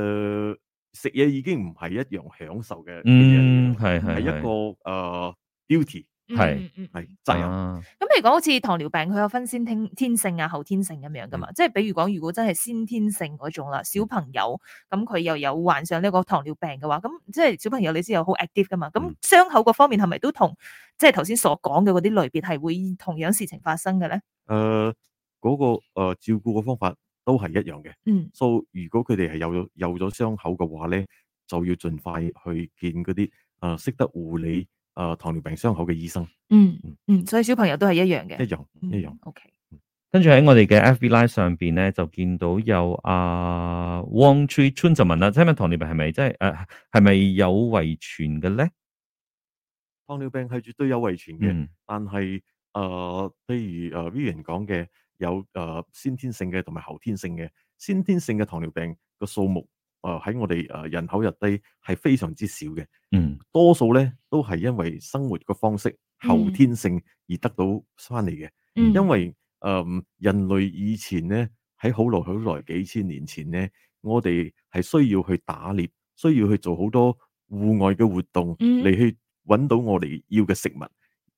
S3: 食嘢已經唔係一樣享受嘅嘅嘢
S2: 嗯
S3: 嚟
S2: 係
S3: 嘅，係
S2: 係
S3: 一個诶 duty
S2: 係
S1: 嗯嗯嗯
S3: 係責任。
S2: 啊
S1: 咁譬如講，好似糖尿病，佢有分先天天性啊、後天性咁樣噶嘛。
S3: 嗯
S1: 即係比如講，如果真係先天性嗰種啦，小朋友
S3: 嗯
S1: 咁佢又有患上呢個糖尿病嘅話，咁即係小朋友你知有好 active 噶嘛。咁
S3: 嗯
S1: 傷口嗰方面係咪都同即係頭先所講嘅嗰啲類別係會同樣事情發生嘅咧？
S3: 诶，嗰、個呃照顧嘅方法都係一樣嘅。
S1: 嗯
S3: 所以如果佢哋係有咗有咗傷口嘅話咧，就要盡快去見嗰啲诶識得護理诶、呃糖尿病傷口嘅醫生，
S1: 嗯
S3: 嗯
S1: 嗯，所以小朋友都係一樣
S3: 一
S1: 嘅，嗯
S3: 樣一樣。
S1: O K，
S2: 跟住喺我哋嘅 FB Live 上邊咧，就見到有阿 Wang Tree Chun 就問啦，聽聞糖尿病係咪即係誒係咪有遺傳嘅咧？
S3: 糖尿病係絕對有遺傳嘅，
S2: 嗯
S3: 但係诶、呃譬如诶 Vivian 講嘅有诶、呃先天性嘅同埋後天性嘅，先天性嘅糖尿病個數目诶喺、我哋诶人口入低係非常之少嘅。
S2: 嗯
S3: 多數咧都係因為生活嘅方式後
S1: 嗯
S3: 天性而得到翻嚟嘅，
S1: 嗯
S3: 因為诶、嗯人類以前咧喺好耐好耐幾千年前咧，我哋係需要去打獵，需要去做好多戶外嘅活動
S1: 嗯
S3: 嚟、去揾到我哋要嘅食物。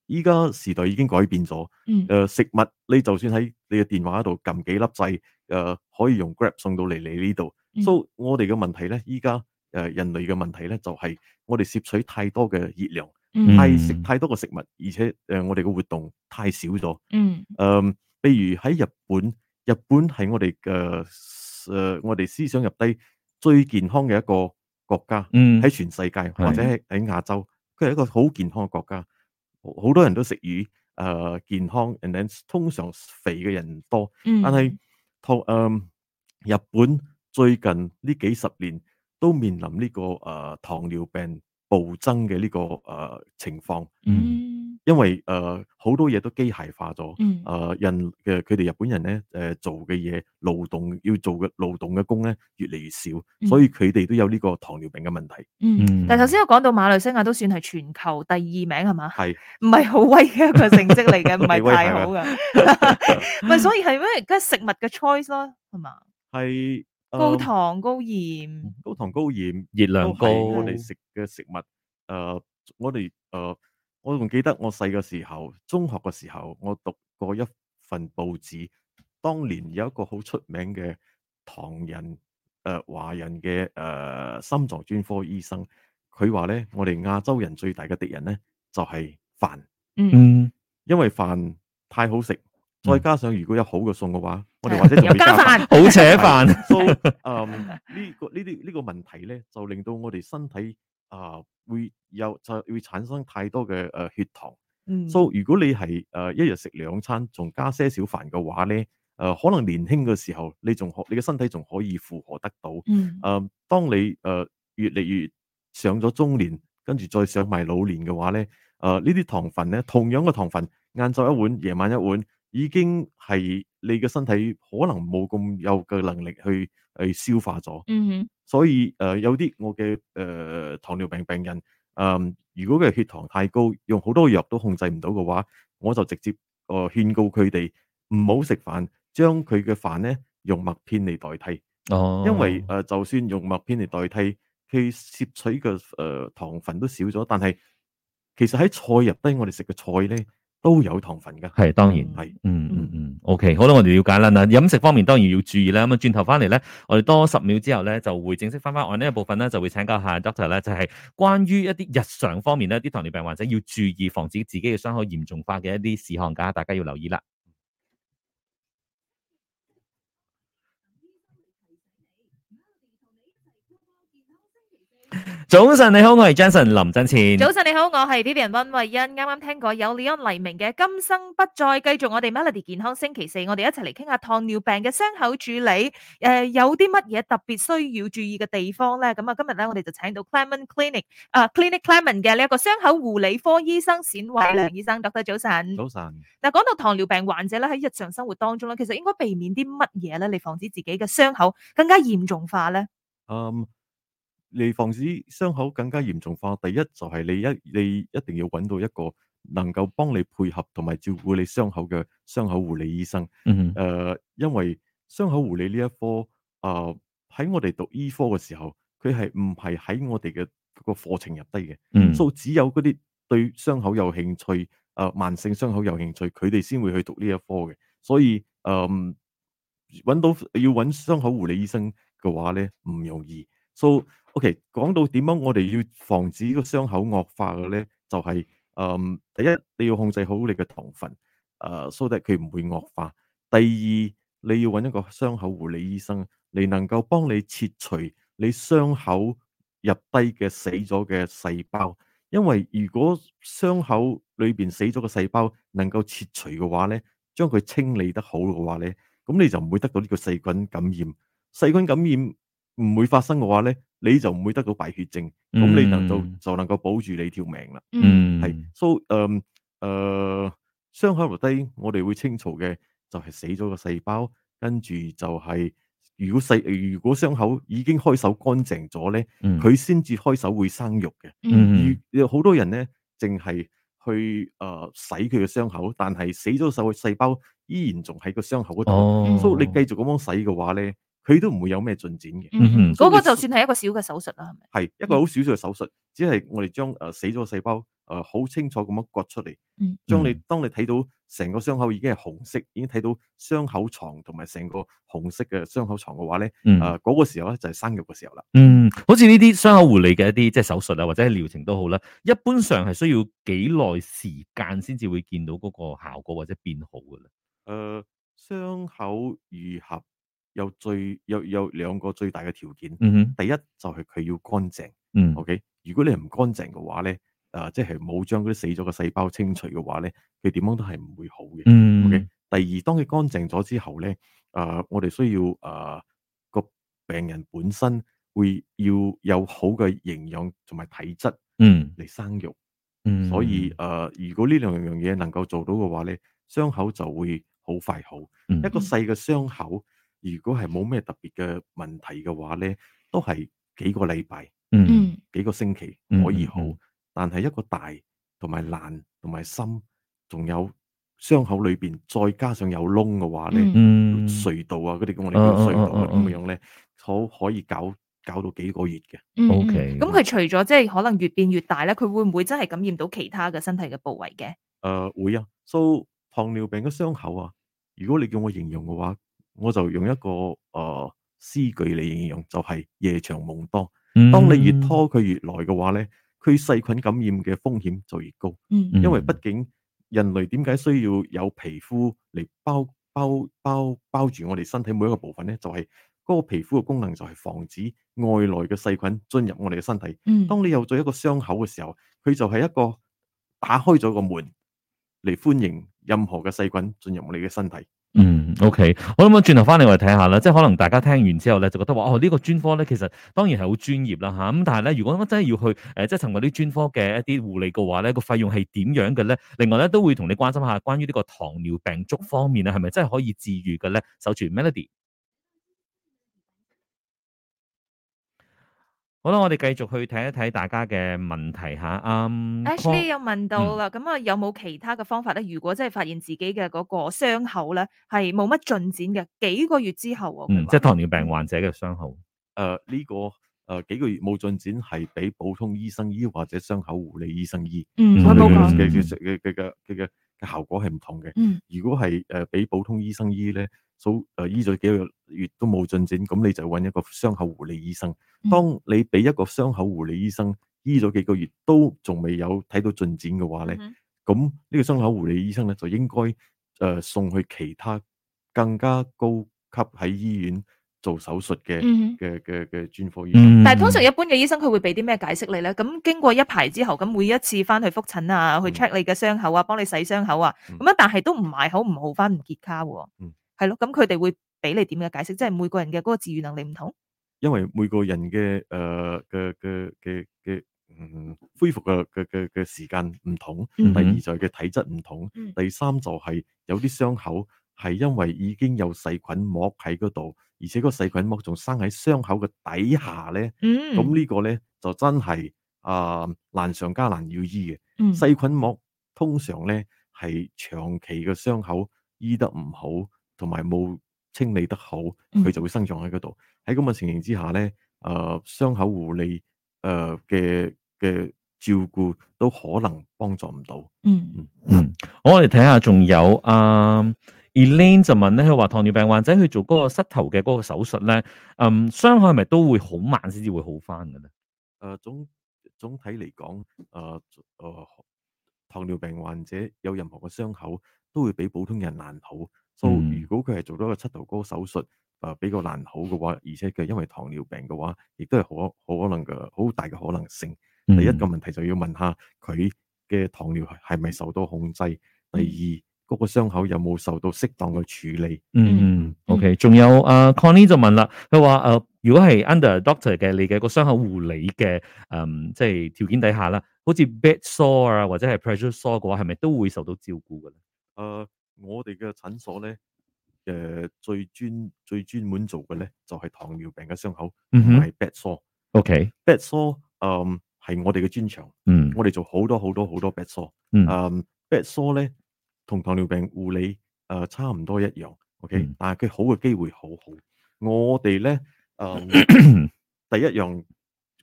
S3: 依家時代已經改變咗。
S1: 嗯
S3: 誒、食物你就算喺你嘅電話度撳幾粒掣，誒、可以用 Grab 送到嚟你呢度。
S1: 嗯
S3: so, 我哋嘅問題咧，依家誒人類嘅問題咧，就係、我哋攝取太多嘅熱量，
S1: 嗯
S3: 太食
S2: 嗯
S3: 太多嘅食物，而且誒、呃我哋嘅活動太少咗。
S1: 嗯
S3: 誒、譬如喺日本，日本係我哋嘅誒，我哋思想入低最健康嘅一個國家。
S2: 嗯
S3: 喺全世界或者喺喺亞洲，佢係一個好健康嘅國家，好好多人都食魚，誒、健康，and then 通常肥嘅人多，
S1: 嗯，
S3: 但係同誒日本最近呢幾十年都面臨呢、個誒、呃糖尿病暴增嘅呢、個誒、呃情況，
S2: 嗯
S1: 嗯
S3: 因為誒好、多嘢都機械化咗。
S1: 嗯
S3: 誒、人嘅佢哋日本人咧，誒、做嘅嘢勞動要做嘅勞動嘅工咧越嚟越少，所以佢哋都有呢個糖尿病嘅問題。
S1: 嗯
S2: 嗯，
S1: 但係頭先我講到馬來西亞都算係全球第二名係嘛？
S3: 係
S1: 唔係好威嘅一個成績嚟嘅，唔
S3: 幾
S1: 係
S3: 威
S1: 太
S3: 係嘛
S1: 好嘅。 [laughs] 唔係，所以係因為而家食物嘅 choice 咯，係嘛？
S3: 系
S1: 高、糖高鹽，
S3: 呃高糖、高鹽
S2: 熱
S3: 都
S2: 量
S3: 係
S2: 高，
S3: 我哋食嘅食物。诶、我哋诶、呃我仲記得我細個時候，中學嘅時候，我讀過一份報紙，當年有一個好出名嘅唐人诶华、華人嘅诶、呃心臟專科醫生，佢話咧，我哋亞洲人最大嘅敵人咧就係飯，
S1: 嗯，
S2: 嗯
S3: 因為飯太好食，再加上如果有好嘅餸嘅話，我哋
S1: 係
S3: 或者仲
S1: 有
S3: 會
S1: 加
S3: 飯
S1: 飯，
S2: 好扯飯，
S3: So，嗯，呢個呢啲呢個問題咧，就令到我哋身體啊、會有就會產生太多嘅誒、呃血糖。
S1: 嗯
S3: So 如果你係誒、呃一日食兩餐，仲加些少飯嘅話咧，誒、可能年輕嘅時候你仲可你嘅身體仲可以負荷得到。誒、
S1: 嗯
S3: 當你誒、呃越嚟越上咗中年，跟住再上埋老年嘅話咧，誒呢啲糖分咧，同樣嘅糖分，晏晝一碗，夜晚一碗，已經係你嘅身體可能冇咁有嘅能力去去消化咗。
S1: 嗯
S3: 所以誒、呃有啲我嘅誒、呃糖尿病病人，誒、呃如果佢血糖太高，用好多藥都控制唔到嘅話，我就直接誒、呃、勸告佢哋唔好食飯，將佢嘅飯咧用麥片嚟代替，
S2: 哦
S3: 因為誒、呃就算用麥片嚟代替，佢攝取嘅誒、呃糖分都少咗，但係其實喺菜入低我哋食嘅菜咧都有糖分㗎，
S2: 係當然。
S3: 係
S2: 嗯嗯嗯，OK，好啦，我哋了解啦。嗱，飲食方面當然要注意啦。咁啊，轉頭翻嚟咧，我哋多十秒之後咧，就會正式翻翻我呢一部分咧，就會請教下 Doctor 咧，就係、關於一啲日常方面咧，啲糖尿病患者要注意防止自己嘅傷口嚴重化嘅一啲事項㗎，大家要留意啦。早晨，你好，我係 Jason 林振前。
S1: 早晨你好，我係 Vivian 温慧欣，啱啱聽過有 Leon 黎明嘅《今生不再》，繼續我哋 Melody 健康星期四，我哋一齊嚟傾下糖尿病嘅傷口處理，诶、有啲乜嘢特別需要注意嘅地方咧？咁啊，今日咧我哋就請到 Clement Clinic 啊、Clinic Clement 嘅呢一個傷口護理科醫生冼偉良醫生，Doctor 早晨。
S3: 早晨。
S1: 嗱，講到糖尿病患者咧喺日常生活當中咧，其實應該避免啲乜嘢咧嚟防止自己嘅傷口更加嚴重化咧？
S3: 嗯，你防止傷口更加嚴重化，第一就係你一你一定要揾到一個能夠幫你配合同埋照顧你傷口嘅傷口護理醫生。
S2: 嗯
S3: 诶、因為傷口護理呢一科，诶、喺我哋讀醫科嘅時候，佢係唔係喺我哋嘅個課程入低嘅，
S2: 嗯，
S3: 所以只有嗰啲對傷口有興趣，诶、慢性傷口有興趣，佢哋先會去讀呢一科嘅。所以诶，嗯揾、到要揾傷口護理醫生嘅話咧，唔容易。So OK，講到點樣我哋要防止個傷口惡化嘅咧，就係、嗯第一你要控制好你嘅糖分，誒、s o that 佢唔會惡化。第二你要揾一個傷口護理醫生，你能夠幫你切除你傷口入低嘅死咗嘅細胞，因為如果傷口裏邊死咗嘅細胞能夠切除嘅話咧，將佢清理得好嘅話咧，咁你就唔會得到呢個細菌感染。細菌感染唔會發生嘅話咧，你就唔會得到敗血症，咁你能夠就能夠保住你條命啦。
S2: 嗯
S3: 係 so 誒、誒傷口留低，我哋會清除嘅就係死咗個細胞，跟住就係、如果細如果傷口已經開手乾淨咗咧，
S2: 嗯
S3: 佢先至開手會生肉嘅。
S1: 嗯
S2: 嗯
S3: 而有好多人咧，淨係去誒、呃洗佢嘅傷口，但係死咗手嘅細胞依然仲喺個傷口嗰度。
S2: 哦，
S3: 所以你繼續咁樣洗嘅話咧，佢都唔會有咩進展嘅。
S2: 嗯
S1: 嗯，
S2: 哼嗯
S1: 嗰個就算係一個小嘅手術啦，係咪？
S3: 呃係一個好少數嘅手術，只係我哋將誒死咗嘅細胞誒好清楚咁樣割出嚟
S1: 嗯，
S3: 將你
S2: 嗯
S3: 當你睇到成個傷口已經係紅色，已經睇到傷口床同埋成個紅色嘅傷口床嘅話咧，
S2: 嗯
S3: 誒嗰個時候咧就係生育嘅時候啦。
S2: 嗯，好似呢啲傷口護理嘅一啲即係手術啊，或者係療程都好啦，一般上係需要幾耐時間先至會見到嗰個效果或者變好嘅咧？
S3: 誒、傷呃口愈合有最有有兩個最大嘅條件，
S2: 嗯哼，
S3: 第一就係佢要乾淨。
S2: 嗯
S3: OK，如果你唔乾淨嘅話咧，誒、即係冇將嗰啲死咗嘅細胞清除嘅話咧，佢點樣都係唔會好嘅。
S2: 嗯
S3: OK，第二，當佢乾淨咗之後咧，誒、我哋需要誒個、病人本身會要有好嘅營養同埋體質
S2: 嗯
S3: 嚟生育，
S2: 嗯，
S3: 所以誒、如果呢兩樣嘢能夠做到嘅話咧，傷口就會好快好。
S2: 嗯
S3: 一個細嘅傷口，如果係冇咩特別嘅問題嘅話咧，都係幾個禮拜。
S2: 嗯
S1: 嗯
S3: 幾個星期
S2: 嗯
S3: 可以
S2: 嗯
S3: 好，
S2: 嗯
S3: 但係一個大同埋爛同埋深，仲有傷口裏邊再加上有窿嘅話咧，
S1: 嗯
S2: 嗯
S3: 隧道啊嗰啲我哋
S2: 啊
S3: 叫
S2: 啊
S3: 隧道啊
S2: 啊
S3: 咁
S1: 啊
S3: 樣咧，可可以搞搞到幾個月嘅。
S1: 嗯
S2: OK
S1: 咁佢除咗即係可能越變越大咧，佢會唔會真係感染到其他嘅身體嘅部位嘅？
S3: 誒、會啊，so 糖尿病嘅傷口啊，如果你叫我形容嘅話，我就用一個誒、呃、詩句嚟形容，就係、夜長夢多。當你越，
S2: 嗯
S3: 拖佢越耐嘅話咧，佢細菌感染嘅風險就越高。
S1: 嗯
S2: 嗯
S3: 因為畢竟人類點解需要有皮膚嚟包包包包住我哋身體每一個部分咧？就係、嗰個皮膚嘅功能就係防止外來嘅細菌進入我哋嘅身體。
S1: 嗯
S3: 當你有咗一個傷口嘅時候，佢就係一個打開咗個門嚟歡迎任何嘅細菌進入我哋嘅身體。
S2: 嗯，OK，我諗我轉頭翻嚟我哋睇下啦，即係可能大家聽完之後咧，就覺得話哦呢、個專科咧，其實當然係好專業啦吓，咁、但係咧，如果真係要去誒、呃即係尋求啲專科嘅一啲護理嘅話咧，個費用係點樣嘅咧？另外咧，都會同你關心下關於呢個糖尿病足方面咧，係咪真係可以治愈嘅咧？守住 Melody。好啦，我哋繼續去睇一睇大家嘅問題吓，嗯
S1: Ashley 有問到啦，咁啊有冇其他嘅方法咧？如果真係發現自己嘅嗰個傷口咧係冇乜進展嘅，幾個月之後喎，佢
S2: 嗯，
S1: 話
S2: 即係糖尿病患者嘅傷口。
S3: 誒、呃呢、個誒、幾個月冇進展係俾普通醫生醫或者傷口護理醫生醫。
S1: 嗯，
S2: 我
S1: 佢
S2: 都
S1: 冇
S2: 覺
S1: 講，
S3: 嘅嘅嘅嘅嘅嘅嘅嘅效果係唔同嘅。
S1: 嗯
S3: 如果係誒俾普通醫生醫咧，數誒醫咗幾個月都冇進展，咁你就揾一個傷口護理醫生
S1: 嗯。
S3: 當你俾一個傷口護理醫生醫咗幾個月都仲未有睇到進展嘅話咧，
S1: 嗯
S3: 咁呢個傷口護理醫生咧就應該誒、呃送去其他更加高級喺醫院做手術嘅
S1: 嗯。
S3: 嘅嘅嘅專科醫生。
S2: 嗯，
S1: 但係通常一般嘅醫生佢會俾啲咩解釋你咧？咁經過一排之後，咁每一次翻去覆診啊，去
S3: 嗯
S1: check 你嘅傷口啊，幫你洗傷口啊，
S3: 嗯
S1: 咁啊但係都唔埋口唔好翻唔結痂喎
S3: 嗯，
S1: 係咯，咁佢哋會俾你點嘅解釋？即係每個人嘅嗰個治愈能力唔同。
S3: 因为每个人嘅诶嘅嘅嘅嘅嗯恢复嘅嘅嘅嘅时间唔同，
S1: 嗯
S3: 第二就係嘅体质唔同
S1: 嗯，
S3: 第三就係有啲伤口係因为已经有細菌膜喺嗰度，而且個細菌膜仲生喺伤口嘅底下咧，
S1: 嗯，
S3: 咁呢個咧就真係啊、難上加難要醫嘅。
S1: 嗯
S3: 細菌膜通常咧係長期嘅傷口醫得唔好，同埋冇清理得好，佢
S1: 嗯
S3: 就會生長喺嗰度。喺咁嘅情形之下咧，誒、傷口護理誒嘅嘅照顧都可能幫助唔到。
S1: 嗯
S2: 好我哋睇下仲有啊、Elaine 就問咧，佢話糖尿病患者去做嗰個膝頭嘅嗰個手術咧，嗯，傷害係咪都會好慢先至會好翻嘅咧？
S3: 誒、總總體嚟講，誒、誒、糖尿病患者有任何嘅傷口都會比普通人難好。所、
S2: 嗯
S3: 以如果佢係做咗個膝頭哥手術，誒、比較難好嘅話，而且佢因為糖尿病嘅話，亦都係好可好可能嘅好大嘅可能性。
S2: 嗯
S3: 第一個問題就要問下佢嘅糖尿係係咪受到控制，第二嗰、個傷口有冇受到適當嘅處理。
S2: 嗯嗯，OK，仲有啊、Connie 就問啦，佢話诶，呃如果係 under doctor 嘅你嘅個傷口護理嘅嗯，即係條件底下啦，好似 bed sore 啊或者係 pressure sore 嘅話，係咪都會受到照顧嘅咧？
S3: 誒、呃我哋嘅診所咧，誒、最專最專門做嘅咧，就係、糖尿病嘅傷口
S2: 嗯
S3: 同
S2: 哼
S3: 埋 bed sore。
S2: ？OK，
S3: bed sore，誒係我哋嘅專長，
S2: 嗯
S3: 我哋做好多好多好多 bed sore。
S2: 嗯
S3: 誒 bed sore 咧，同糖尿病護理誒、呃差唔多一樣。OK，、
S2: 嗯 [clears throat]
S3: 但係佢好嘅機會好好。我哋咧誒嗯第一樣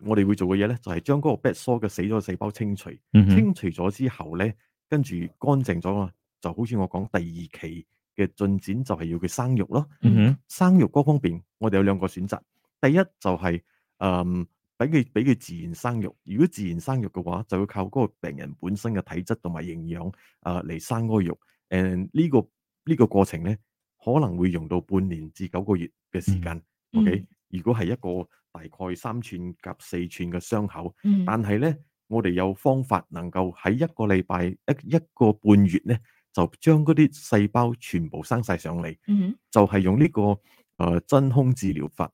S3: 我哋會做嘅嘢咧，就係將嗰個 bad soil 嘅死咗嘅細胞清除，
S2: 嗯哼
S3: 清除咗之後咧，跟住乾淨咗啦，就好似我講第二期嘅進展就係要佢生育咯。
S2: 嗯哼
S3: 生育嗰方面，我哋有兩個選擇。第一就係、嗯俾佢俾佢自然生育。如果自然生育嘅話，就要靠嗰個病人本身嘅體質同埋營養啊嚟、生嗰個肉。誒、呢、個呢、個過程咧，可能會用到半年至九個月嘅時間。
S1: 嗯
S3: OK，如果係一個大概三寸夾四寸嘅傷口，
S1: 嗯
S3: 但係咧，我哋有方法能夠喺一個禮拜一一個半月咧，就將嗰啲細胞全部生晒上嚟。
S1: 嗯
S3: 就係用呢、個誒、呃真空治療法。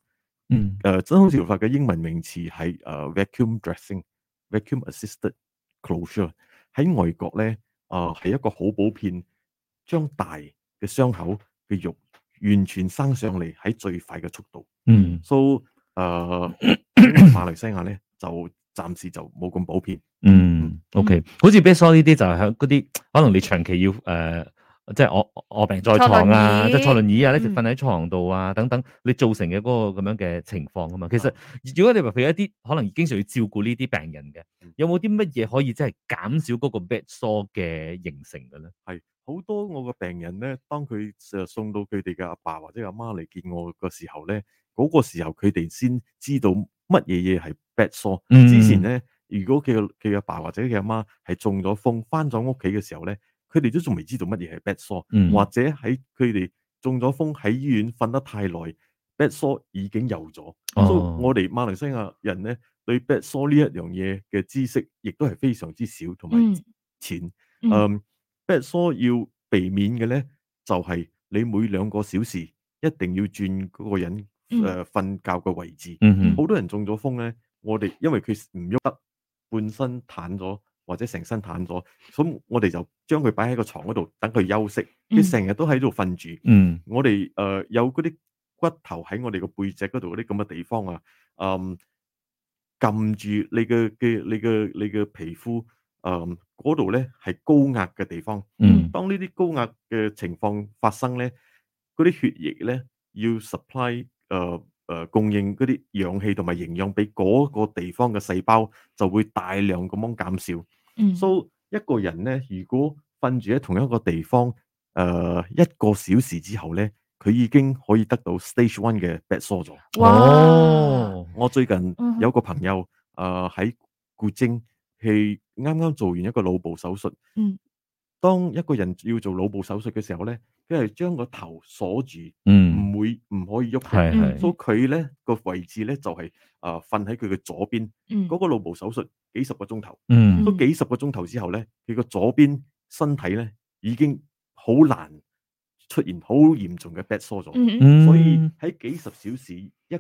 S2: 嗯
S3: 誒、真空治療法嘅英文名詞係誒、呃 vacuum dressing、vacuum assisted closure。喺外國咧，誒、係一個好普遍，將大嘅傷口嘅肉完全生上嚟喺最快嘅速度。
S2: 嗯
S3: so 誒、喺馬來西亞咧就暫時就冇咁普遍。
S2: 嗯，OK，好似 b e s o 呢啲就係喺嗰啲可能你長期要誒。呃即係卧卧病在床啊，
S1: 坐輪椅
S2: 即係坐輪椅啊，
S1: 嗯
S2: 一直瞓喺床度啊，等等，你造成嘅嗰個咁樣嘅情況啊嘛。其實如果你話譬如一啲可能經常要照顧呢啲病人嘅，有冇啲乜嘢可以即係減少嗰個 bed sore 嘅形成嘅咧？
S3: 係好多我嘅病人咧，當佢誒送到佢哋嘅阿爸或者阿媽嚟見我嘅時候咧，嗰、個時候佢哋先知道乜嘢嘢係 bad sore。
S2: 嗯
S3: 之前咧，如果佢嘅佢嘅阿爸或者佢阿媽係中咗風，翻咗屋企嘅時候咧，佢哋都仲未知道乜嘢係 bad sore，、
S2: 嗯
S3: 或者喺佢哋中咗風喺醫院瞓得太耐，bad sore 已經有咗。
S2: 哦
S3: 所以我哋馬來西亞人咧對 bad sore 呢一樣嘢嘅知識，亦都係非常之少同埋
S1: 嗯
S3: 淺。
S1: 嗯
S3: 嗯 b a d s o 要避免嘅咧，就係、你每兩個小時一定要轉嗰個人呃
S1: 嗯
S3: 誒瞓、覺嘅位置。
S2: 嗯哼
S3: 好多人中咗風咧，我哋因為佢唔喐得，半身攤咗或者成身攤咗，咁我哋就將佢擺喺個床嗰度等佢休息。
S1: 嗯
S3: 佢成日都喺度瞓住，
S2: 嗯
S3: 我哋誒、呃有嗰啲骨頭喺我哋個背脊嗰度嗰啲咁嘅地方啊，嗯，撳住你嘅嘅你嘅你嘅皮膚，嗯，嗰度咧係高壓嘅地方。
S2: 嗯
S3: 當呢啲高壓嘅情況發生咧，嗰啲血液咧要 supply 誒、呃、誒、供應嗰啲氧氣同埋營養俾嗰個地方嘅細胞，就會大量咁樣減少。
S1: 嗯
S3: so 一個人咧，如果瞓住喺同一個地方，誒、呃一個小時之後咧，佢已經可以得到 stage one 嘅 bed sore 咗。
S2: 嗯
S1: 哇，
S2: 哦
S3: 我最近
S1: 嗯哼
S3: 有個朋友誒喺固精，佢啱啱做完一個腦部手術。
S1: 嗯，
S3: 當一個人要做腦部手術嘅時候咧，佢係將個頭鎖住，
S2: 嗯，
S3: 唔會唔可以喐
S2: 係
S3: 嘅。
S2: 係
S1: 嗯。
S3: 所以佢咧個位置咧就係誒瞓喺佢嘅左邊，
S1: 嗯
S3: 嗰、個腦部手術幾十個鐘頭。
S2: 嗯
S3: 都
S1: 嗯
S3: 幾十個鐘頭之後咧，佢個左邊身體咧已經好難出現好嚴重嘅 bad sore 咗，
S1: 嗯嗯
S2: 嗯，
S3: 所以喺幾十小時一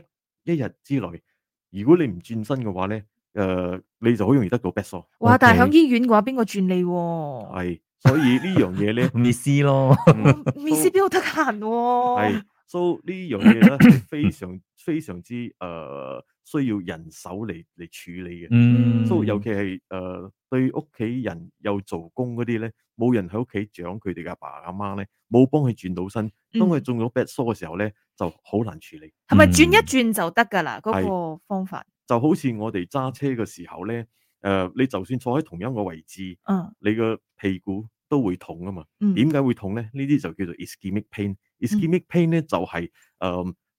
S3: 一日之內，如果你唔轉身嘅話咧，誒、你就好容易得到 bad sore。
S1: 哇！但係喺
S2: OK，
S1: 醫院嘅話，邊個轉你喎？
S3: [laughs] 係，所以呢樣嘢咧
S1: [laughs]
S2: 意思咯，
S3: 嗯
S1: 面試邊度得閒喎？
S3: 係，so 呢樣嘢咧係非常非常之誒、呃需要人手嚟嚟處理
S2: [laughs]
S3: 嘅。
S2: 嗯，
S3: so 尤其係誒、呃、對屋企人又做工嗰啲咧，冇人喺屋企長佢哋嘅阿爸阿媽咧，冇幫佢轉到身，當佢
S1: 嗯
S3: 中咗 bad sore 嘅時候咧，就好難處理。
S1: 係咪轉
S2: 嗯
S1: 一轉就得㗎啦？嗰
S3: 係
S1: 個方法，
S3: 就好似我哋揸車嘅時候咧，誒、你就算坐喺同一個位置，
S1: 嗯
S3: 你個屁股都會痛啊嘛。
S1: 嗯，
S3: 點解會痛咧？呢啲就叫做 ischemic pain。ischemic pain 咧就係、誒、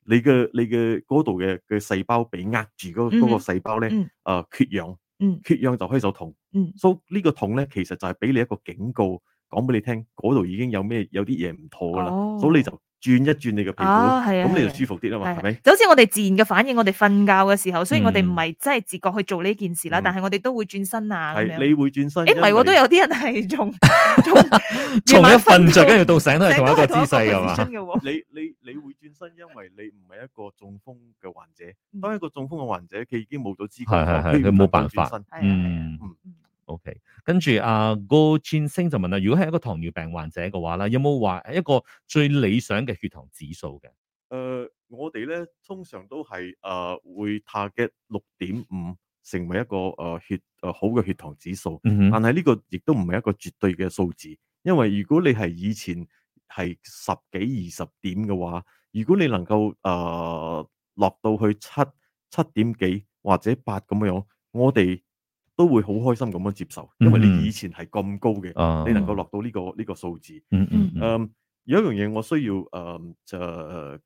S3: 你嘅你嘅嗰度嘅嘅細胞被壓住嗰嗰
S1: 嗯
S3: 個
S1: 哼
S3: 細胞咧，誒、
S1: 嗯
S3: 缺氧，
S1: 嗯
S3: 缺氧就開始有痛。
S1: 嗯
S3: 所以呢個痛咧，其實就係俾你一個警告，講俾你聽，嗰度已經有咩有啲嘢唔妥噶啦，所以你就轉一轉你嘅屁股，
S1: 啊係啊
S3: 咁你
S1: 係啊
S3: 就舒服啲啦嘛，係
S1: 係
S3: 咪？
S1: 就好似我哋自然嘅反應，我哋瞓覺嘅時候，雖然我哋唔
S2: 嗯
S1: 係真係自覺去做呢件事啦，
S3: 嗯
S1: 但係我哋都會轉身啊咁
S3: 係
S1: 樣。
S3: 你會轉
S1: 誒唔
S3: 身，
S1: 係
S3: 因
S1: 喎，
S3: 為
S1: 都有啲人係
S2: [laughs]
S1: 仲仲
S2: 從
S1: 夜
S2: 一
S1: 晚
S2: 瞓着，
S1: 到
S2: 跟住到醒都係同一
S1: 成
S2: 個姿
S1: 個
S2: 勢噶
S1: position
S2: 嘛。
S1: 嘅喎。
S3: 你你你會轉身，因為你唔係一個中風嘅患者。
S1: 嗯
S3: 當一個中風嘅患者，佢已經冇咗知覺
S2: 係係
S3: 咗，
S2: 係
S3: 佢
S2: 佢
S3: 唔
S2: 冇
S3: 能夠
S2: 辦
S3: 轉
S2: 法
S3: 身
S1: 係啊係啊
S2: 嗯
S3: 嗯
S2: ，OK。跟住阿 Go Chin 星就問啦，如果係一個糖尿病患者嘅話啦，有冇話一個最理想嘅血糖指數嘅？
S3: 誒、我哋咧通常都係誒、呃、會 target 六點五成為一個誒、呃血誒、呃好嘅血糖指數，
S2: 嗯哼，
S3: 但係呢個亦都唔係一個絕對嘅數字，因為如果你係以前係十幾二十點嘅話，如果你能夠誒、呃落到去七七點幾，或者八咁樣，我哋都會好開心咁樣接受，因為
S2: 嗯
S3: 你以前係咁高嘅，
S2: 啊
S3: 你能夠落到呢、個呢、個數字。
S2: 嗯嗯嗯
S3: 嗯，有一樣嘢我需要誒、嗯就誒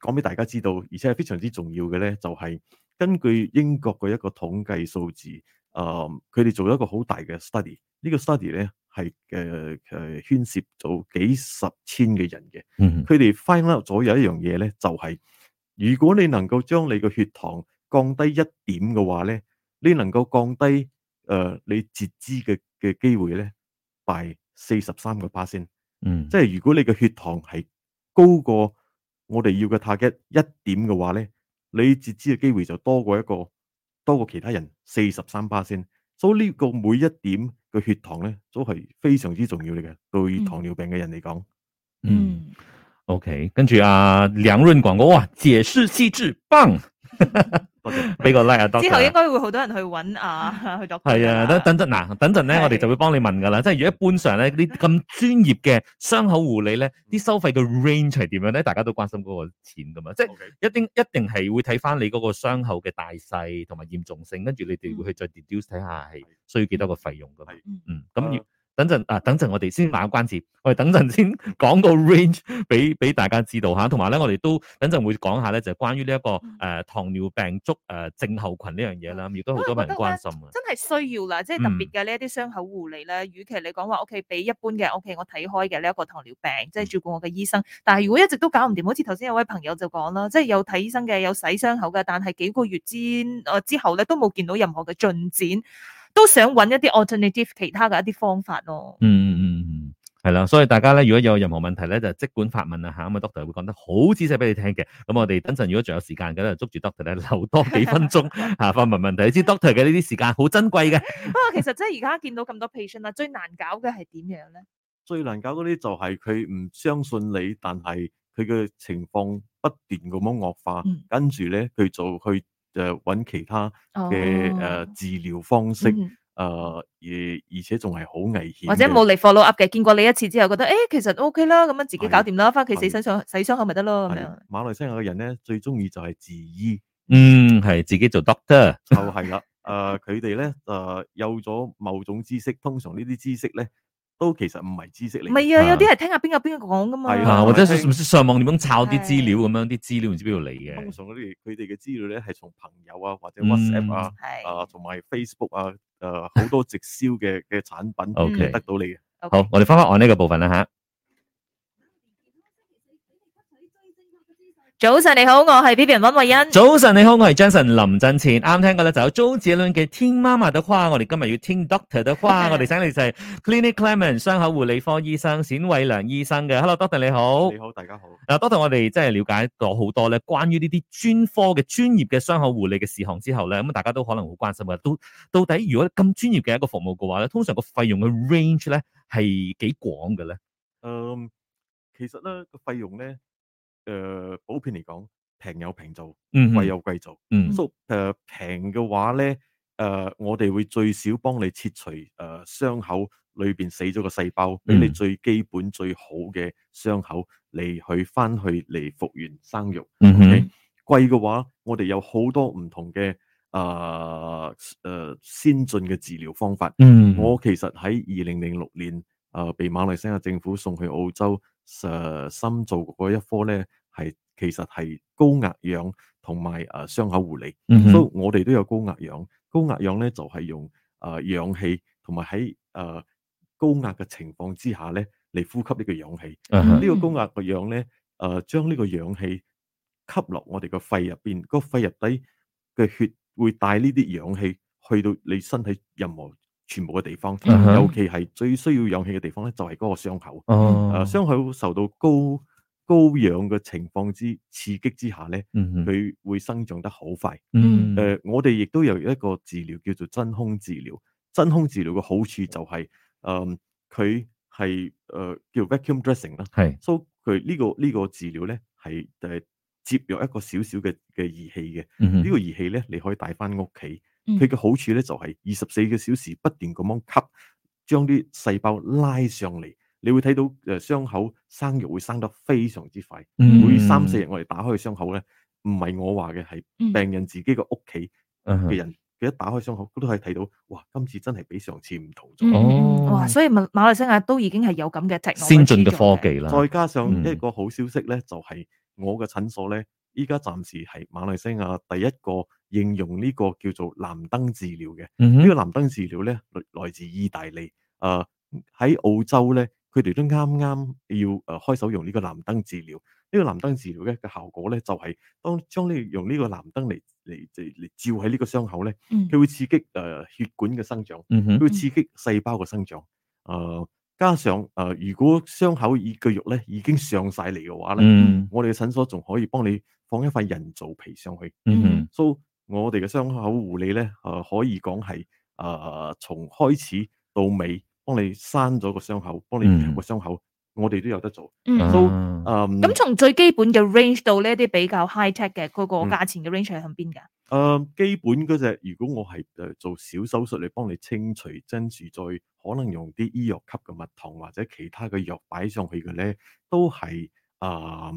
S3: 講俾大家知道，而且係非常之重要嘅咧，就係、根據英國嘅一個統計數字，誒佢哋做咗一個好大嘅 study，呢個 study 咧係誒誒牽涉到幾十千嘅人嘅，
S2: 嗯
S3: 佢哋 find out 咗有一樣嘢咧，就係、如果你能夠將你個血糖降低一點嘅話咧，你能夠降低誒、呃你截肢嘅嘅機會咧，by 四十三個 percent。
S2: 嗯，
S3: 即係如果你嘅血糖係高過我哋要嘅 target 一點嘅話咧，你截肢嘅機會就多過一個多過其他人四十三巴先。所以呢個每一點嘅血糖咧，都係非常之重要嚟嘅，對
S1: 嗯
S3: 糖尿病嘅人嚟講。
S2: 嗯。OK，跟住阿梁潤廣告哇，解釋細緻棒，
S1: [laughs]
S3: 多謝
S2: 俾個 like 啊
S1: 之後應
S2: ，Doctor。
S1: 該會好多人去揾啊，去 d
S2: 係啊，等等陣嗱，等陣咧，
S1: 係
S2: 我哋就會幫你問噶啦。即係如果一般上咧，呢啲咁專業嘅傷口護理咧，啲收費嘅 range 係點樣咧？大家都關心嗰個錢噶嘛，即係
S3: [laughs] OK
S2: 一定一定係會睇翻你嗰個傷口嘅大細同埋嚴重性，跟住你哋會去再 deduce 睇下係需要幾多個費用噶嘛
S3: 嗯係。
S2: 嗯，咁
S3: 啊
S2: 要等陣啊，等陣我哋先打個關節，我哋等陣先
S3: 嗯
S2: 講個 range 俾俾大家知道吓，同埋咧我哋都等陣會講下咧就係關於呢一個
S1: 嗯
S2: 誒糖尿病足誒症候群呢樣嘢啦，亦都好多人關心啊。
S1: 真係需要啦，即係特
S3: 嗯
S1: 別嘅呢一啲傷口護理咧。與其你講話，OK，俾一般嘅，OK，我睇開嘅呢一個糖尿病，
S3: 嗯
S1: 即係照顧我嘅醫生。但係如果一直都搞唔掂，好似頭先有位朋友就講啦，即係有睇醫生嘅，有洗傷口嘅，但係幾個月之誒之後咧都冇見到任何嘅進展，都想揾一啲 alternative 其他嘅一啲方法咯。
S2: 嗯嗯嗯嗯，係啦，所以大家咧如果有任何問題咧就即管發問啊吓，咁啊 doctor 會講得好仔細俾你聽嘅。咁我哋等陣如果仲有時間嘅咧，啊捉住 doctor 咧留多幾分鐘吓發問問題。你知 doctor 嘅呢啲時間好珍貴嘅。
S1: 不
S3: 嗯
S1: 過其實即係而家見到咁多 patient 啦，最難搞嘅係點樣咧？
S3: 最難搞嗰啲就係佢唔相信你，但係佢嘅情況不斷咁樣惡化
S1: 嗯，
S3: 跟住咧佢就去誒揾其他
S1: 哦
S3: 嘅呃誒治療方式，誒
S1: 嗯
S3: 呃而而且仲係好危險嘅，
S1: 或者冇嚟 follow up 嘅，見過你一次之後覺得，誒、其實 O、k 啦，咁樣自己搞掂啦，翻屋企洗身上洗傷口咪得咯，咁
S3: 係
S1: 樣。
S3: 馬來西亞嘅人咧，最中意就係自醫，
S2: 嗯，係自己做 doctor。
S3: 就係啦。誒，佢哋咧誒有咗某種知識，通常呢啲知識咧都其實唔係知識嚟
S1: 唔
S3: 嘅。
S1: 係啊，
S2: 啊
S1: 有啲係聽下邊個邊個講噶嘛。
S3: 係
S2: 啊，
S3: 啦
S2: 或
S3: 我
S2: 者
S3: 係
S2: 甚至上網點樣抄啲資料咁樣，啲資料唔知邊度嚟
S3: 通
S2: 嘅。
S3: 常佢哋佢哋嘅資料咧係從朋友啊，或者
S2: 嗯
S3: WhatsApp 啊，
S1: 係
S3: 啊同埋 Facebook 啊，誒好多直銷嘅嘅產品
S2: O
S3: 得
S2: K，
S1: 嗯
S3: 到你嘅。
S1: OK
S2: 好，我哋翻翻我呢個部分啦吓。
S1: 早晨你好，我係 Vivian 温慧欣。
S2: 早晨，你好，我係 Jason 林振前。啱聽過咧就有周杰倫嘅《天媽媽的花》，我哋今日要聽 Doctor 的花。我哋請嚟就係 Clinic Clement 傷口護理科醫生冼偉良醫生嘅。Hello，Doctor 你好。
S3: 你好，大家好。
S2: 嗱，Doctor，我哋真係了解到好多咧，關於呢啲專科嘅專業嘅傷口護理嘅事項之後咧，咁大家都可能好關心嘅。到到底如果咁專業嘅一個服務嘅話咧，通常個費用嘅 range 咧係幾廣嘅咧？
S3: 嗯，其實咧個費用咧，誒普遍嚟講，平有平做，
S2: 嗯哼
S3: 貴有貴做。
S2: 嗯
S3: 所以誒呃平嘅話咧，誒、我哋會最少幫你切除誒、呃、傷口裏邊死咗個細胞，俾你
S2: 嗯
S3: 最基本最好嘅傷口嚟去翻去嚟復原生育。
S2: 嗯哼
S3: OK，貴嘅話，我哋有好多唔同嘅誒誒先進嘅治療方法。
S2: 嗯
S3: 我其實喺二零零六年誒、呃被馬來西亞政府送去澳洲誒、呃深造嗰一科咧，係其實係高壓氧同埋誒傷口護理。
S2: 嗯
S3: 所
S2: 哼
S3: 以我哋都有高壓氧，高壓氧咧就係、用誒、呃氧氣同埋喺誒高壓嘅情況之下咧嚟呼吸呢個氧氣。
S2: 嗯哼
S3: 呢、個高壓嘅氧咧誒、呃、將呢個氧氣吸落我哋個肺入邊，個肺入底嘅血會帶呢啲氧氣去到你身體任何全部嘅地方，
S2: 嗯哼
S3: 尤其係最需要氧氣嘅地方咧，就係、嗰個傷口。誒、
S2: 哦，
S3: 傷口受到高高氧嘅情況之刺激之下咧，
S2: 嗯哼
S3: 佢會生長得好快。
S2: 嗯
S3: 誒、呃我哋亦都有一個治療叫做真空治療。真空治療嘅好處就係、誒佢係誒叫 vacuum dressing 啦，
S2: 係
S3: 所以佢呢個呢、個治療咧係誒接入一個小小嘅嘅儀器嘅。
S2: 嗯哼
S3: 呢、個儀器咧，你可以帶翻屋企。
S1: 嗯
S3: 佢嘅好處咧就係二十四個小時不斷咁樣吸，將啲細胞拉上嚟。你會睇到誒傷口生肉會生得非常之快。每三四日我哋打開個傷口咧，唔係我話嘅，係
S1: 嗯
S3: 病人自己嘅屋企
S2: 嗯哼
S3: 嘅人，佢一打開傷口，佢都係睇到，哇！今次真係比上次唔同咗。
S1: 嗯
S2: 哦
S1: 哇！所以馬馬來西亞都已經係有咁嘅 technology
S2: 先進嘅
S1: 咗
S2: 科技啦，
S3: 再加上
S2: 嗯
S3: 一個好消息咧，就係、我嘅診所咧，依家暫時係馬來西亞第一個應用呢個叫做藍燈治療嘅。
S2: 嗯
S3: 呢、
S2: 哼
S3: 個藍燈治療咧，來來自意大利。誒喺澳洲咧，佢哋都啱啱要誒呃開手用呢個藍燈治療。呢、個藍燈治療咧嘅效果咧，就係、當將呢用呢個藍燈嚟嚟嚟嚟照喺呢個傷口咧，
S1: 嗯
S3: 佢會刺激誒、呃血管嘅生長。
S2: 嗯哼
S3: 佢，會刺激細胞嘅生長。誒、加上誒、呃如果傷口以個肉咧已經上晒嚟嘅話咧，
S2: 嗯
S3: 我哋嘅診所仲可以幫你放一塊人造皮上去。
S2: 嗯哼，
S3: 所以我哋嘅傷口護理咧，誒、可以講係誒從開始到尾，幫你閂咗個傷口，幫你
S2: 嗯
S3: 愈合個傷口，我哋都有得做。呃
S1: 嗯
S3: 都
S2: 啊
S3: 誒、
S1: 咁從最基本嘅 range 到呢一啲比較 high tech 嘅嗰個
S3: 嗯
S1: 價錢嘅 range 係向邊㗎？
S3: 誒、呃基本嗰只，如果我係誒做小手術嚟幫你清除，跟住再可能用啲醫藥級嘅蜜糖或者其他嘅藥擺上去嘅咧，都係啊、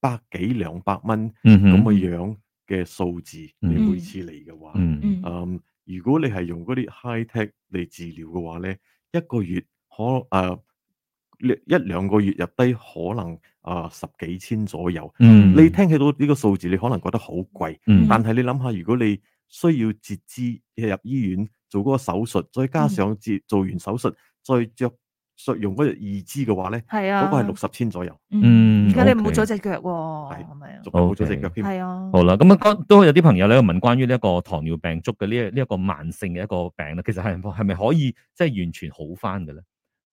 S3: 百幾兩百蚊
S2: 嗯
S3: 咁
S2: 哼，
S3: 嘅樣嘅數字。你
S2: 嗯
S3: 每次嚟嘅話，
S2: 嗯
S1: 嗯
S2: 嗯
S3: 嗯，如果你係用嗰啲 high tech 嚟治療嘅話咧，一個月可誒、呃一兩個月入低可能啊、十幾千左右。
S2: 嗯，
S3: 你聽起到呢個數字，你可能覺得好貴。
S2: 嗯
S3: 但係你諗下，如果你需要截肢入醫院做嗰個手術，再加上截做完手術再着術用嗰隻義肢嘅話咧，
S1: 係啊，
S3: 嗰、個係六十千左右，
S2: 嗯
S1: 而家你冇
S2: OK
S1: 咗只腳喎，係咪啊？
S3: 仲冇咗隻腳添。
S1: 係啊，
S2: 好啦，咁啊，剛都有啲朋友咧問關於呢一個糖尿病足嘅呢一呢一個慢性嘅一個病咧，其實係係咪可以即係完全好翻嘅咧？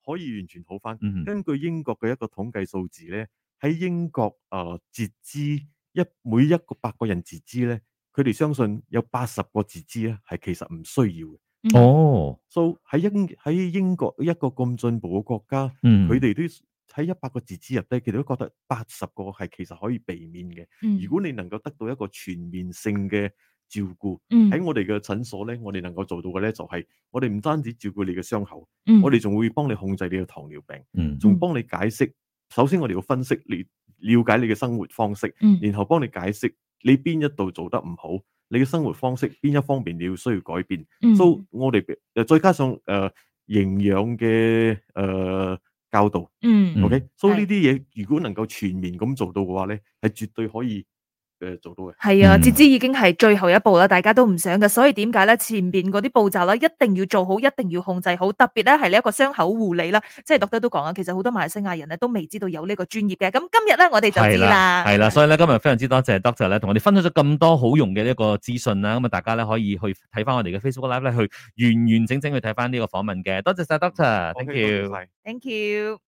S3: 可以完全好翻。
S2: 嗯哼
S3: 根據英國嘅一個統計數字咧，喺英國誒截肢一每一個百個人截肢咧，佢哋相信有八十個截肢咧係其實唔需要嘅。
S2: 哦，
S3: so 喺英喺英國一個咁進步嘅國家。
S2: 嗯，
S3: 佢哋都喺一百個字之入咧，佢哋都覺得八十個係其實可以避免嘅。
S1: 嗯
S3: 如果你能夠得到一個全面性嘅照顧，
S1: 嗯
S3: 喺我哋嘅診所咧，我哋能夠做到嘅咧就係、我哋唔單止照顧你嘅傷口，
S1: 嗯
S3: 我哋仲會幫你控制你嘅糖尿病，
S2: 嗯
S3: 仲幫你解釋。首先，我哋要分析你了解你嘅生活方式，
S1: 嗯
S3: 然後幫你解釋你邊一度做得唔好，你嘅生活方式邊一方面你要需要改變。
S1: 嗯
S3: 所以我哋誒再加上誒、呃、營養嘅誒、呃教導。
S1: 嗯
S3: OK，所以
S1: 係
S3: 呢啲嘢如果能夠全面咁做到嘅話咧，係絕對可以誒、呃做到嘅。
S1: 係啊，
S2: 嗯
S1: 截肢已經係最後一步啦，大家都唔想嘅，所以點解咧？前邊嗰啲步驟咧，一定要做好，一定要控制好，特別咧係呢一個傷口護理啦。即係doctor 都講啊，其實好多馬來西亞人咧都未知道有呢個專業嘅。咁今日咧我哋就
S2: 係
S1: 知啦，
S2: 係啦，所以咧今日非常之多謝 Doctor 咧，同我哋分享咗咁多好用嘅呢一個資訊啦，咁啊大家咧可以去睇翻我哋嘅 Facebook Live 咧，去完完整整去睇翻呢個訪問嘅，多謝晒 Doctor，thank
S3: OK，多
S2: 啊 you。
S3: 謝晒
S1: Thank you。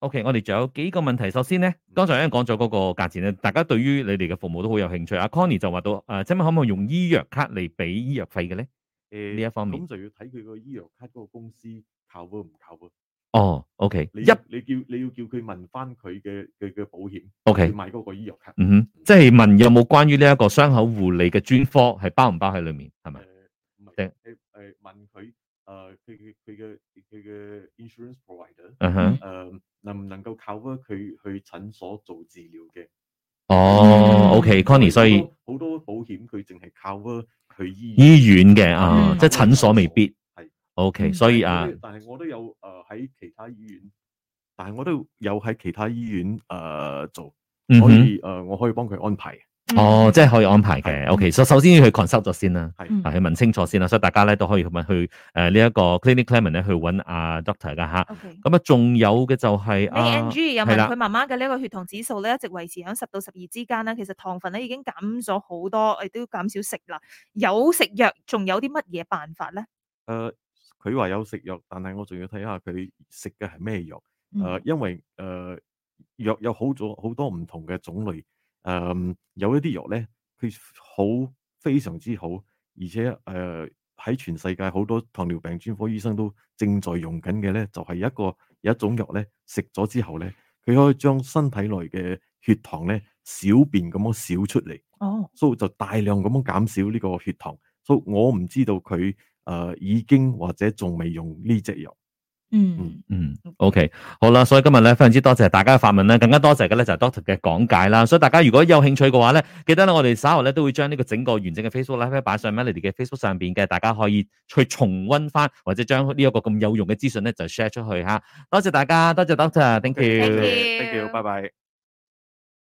S2: OK，我哋仲有幾個問題。首先呢，剛才已經講咗嗰個價錢咧，大家對於你哋嘅服務都好有興趣。阿 Connie 就話到，誒、呃，即係可唔可以用醫藥卡嚟俾醫藥費嘅咧？
S3: 誒
S2: 呢一方面
S3: 呃咁就要睇佢個醫藥卡嗰個公司靠喎唔靠喎。
S2: 哦，OK，
S3: 你
S2: 一
S3: 你叫你要叫佢問翻佢嘅嘅嘅保險，佢
S2: OK，
S3: 買嗰個醫藥卡。
S2: 嗯哼，即係問有冇關於呢一個傷口護理嘅專科係包唔包喺裡面，係咪
S3: 誒？唔係
S2: 定
S3: 誒誒呃問佢誒佢嘅佢嘅佢嘅 insurance provider
S2: 嗯哼，
S3: 誒能唔能夠靠喎佢去診所做治療嘅。
S2: 哦，OK，Connie，所以
S3: 好多好多保險佢淨係靠喎佢醫院
S2: 醫院嘅啊，
S1: 嗯
S2: 即係診所未必
S3: 係。
S2: OK，
S1: 嗯
S2: 所以
S3: 但
S2: 啊
S3: 係我都，但係我都有誒喺、其他醫院，但係我都有喺其他醫院誒、呃做，
S2: 嗯
S3: 所
S2: 哼，
S3: 以誒、呃我可以幫佢安排。
S1: 嗯
S2: 哦，即係可以安排嘅。
S3: 係
S2: OK，所以首先要去 consult 咗先啦。
S3: 係、
S1: 嗯
S2: 啊，去問清楚先啦，所以大家咧都可以去問去誒呢一個 clinic clement 咧去揾阿 doctor 噶吓。
S1: OK。
S2: 咁啊，仲有嘅就係、
S1: A
S2: 啊
S1: N，G 又問
S2: 係啦
S1: 佢媽媽嘅呢個血糖指數咧，一直維持喺十到十二之間啦。其實糖分咧已經減咗好多，亦都減少食啦。有食藥，仲有啲乜嘢辦法咧？
S3: 誒呃佢話有食藥，但係我仲要睇下佢食嘅係咩藥。
S1: 嗯
S3: 誒、呃因為誒、呃、藥有好咗好多唔同嘅種類，誒、有一啲藥咧，佢好非常之好，而且誒喺、全世界好多糖尿病專科醫生都正在用緊嘅咧，就係、一個有一種藥咧，食咗之後咧，佢可以將身體內嘅血糖咧小便咁樣少出嚟。
S1: 哦，
S3: 所以就大量咁樣減少呢個血糖。所以我唔知道佢誒、呃已經或者仲未用呢只藥。
S1: 嗯，
S2: 嗯，OK，好啦，所以今日咧非常之多謝大家嘅發問啦，更加多謝嘅咧就係 Doctor 嘅講解啦。所以大家如果有興趣嘅話咧，記得咧我哋稍後咧都會將呢個整個完整嘅 Facebook Live 擺上 Melody 嘅 Facebook 上邊嘅，大家可以去重溫翻，或者將呢一個咁有用嘅資訊咧就 share 出去吓。多謝大家，多謝 Doctor，thank you。
S1: Thank you
S3: Thank you，拜拜。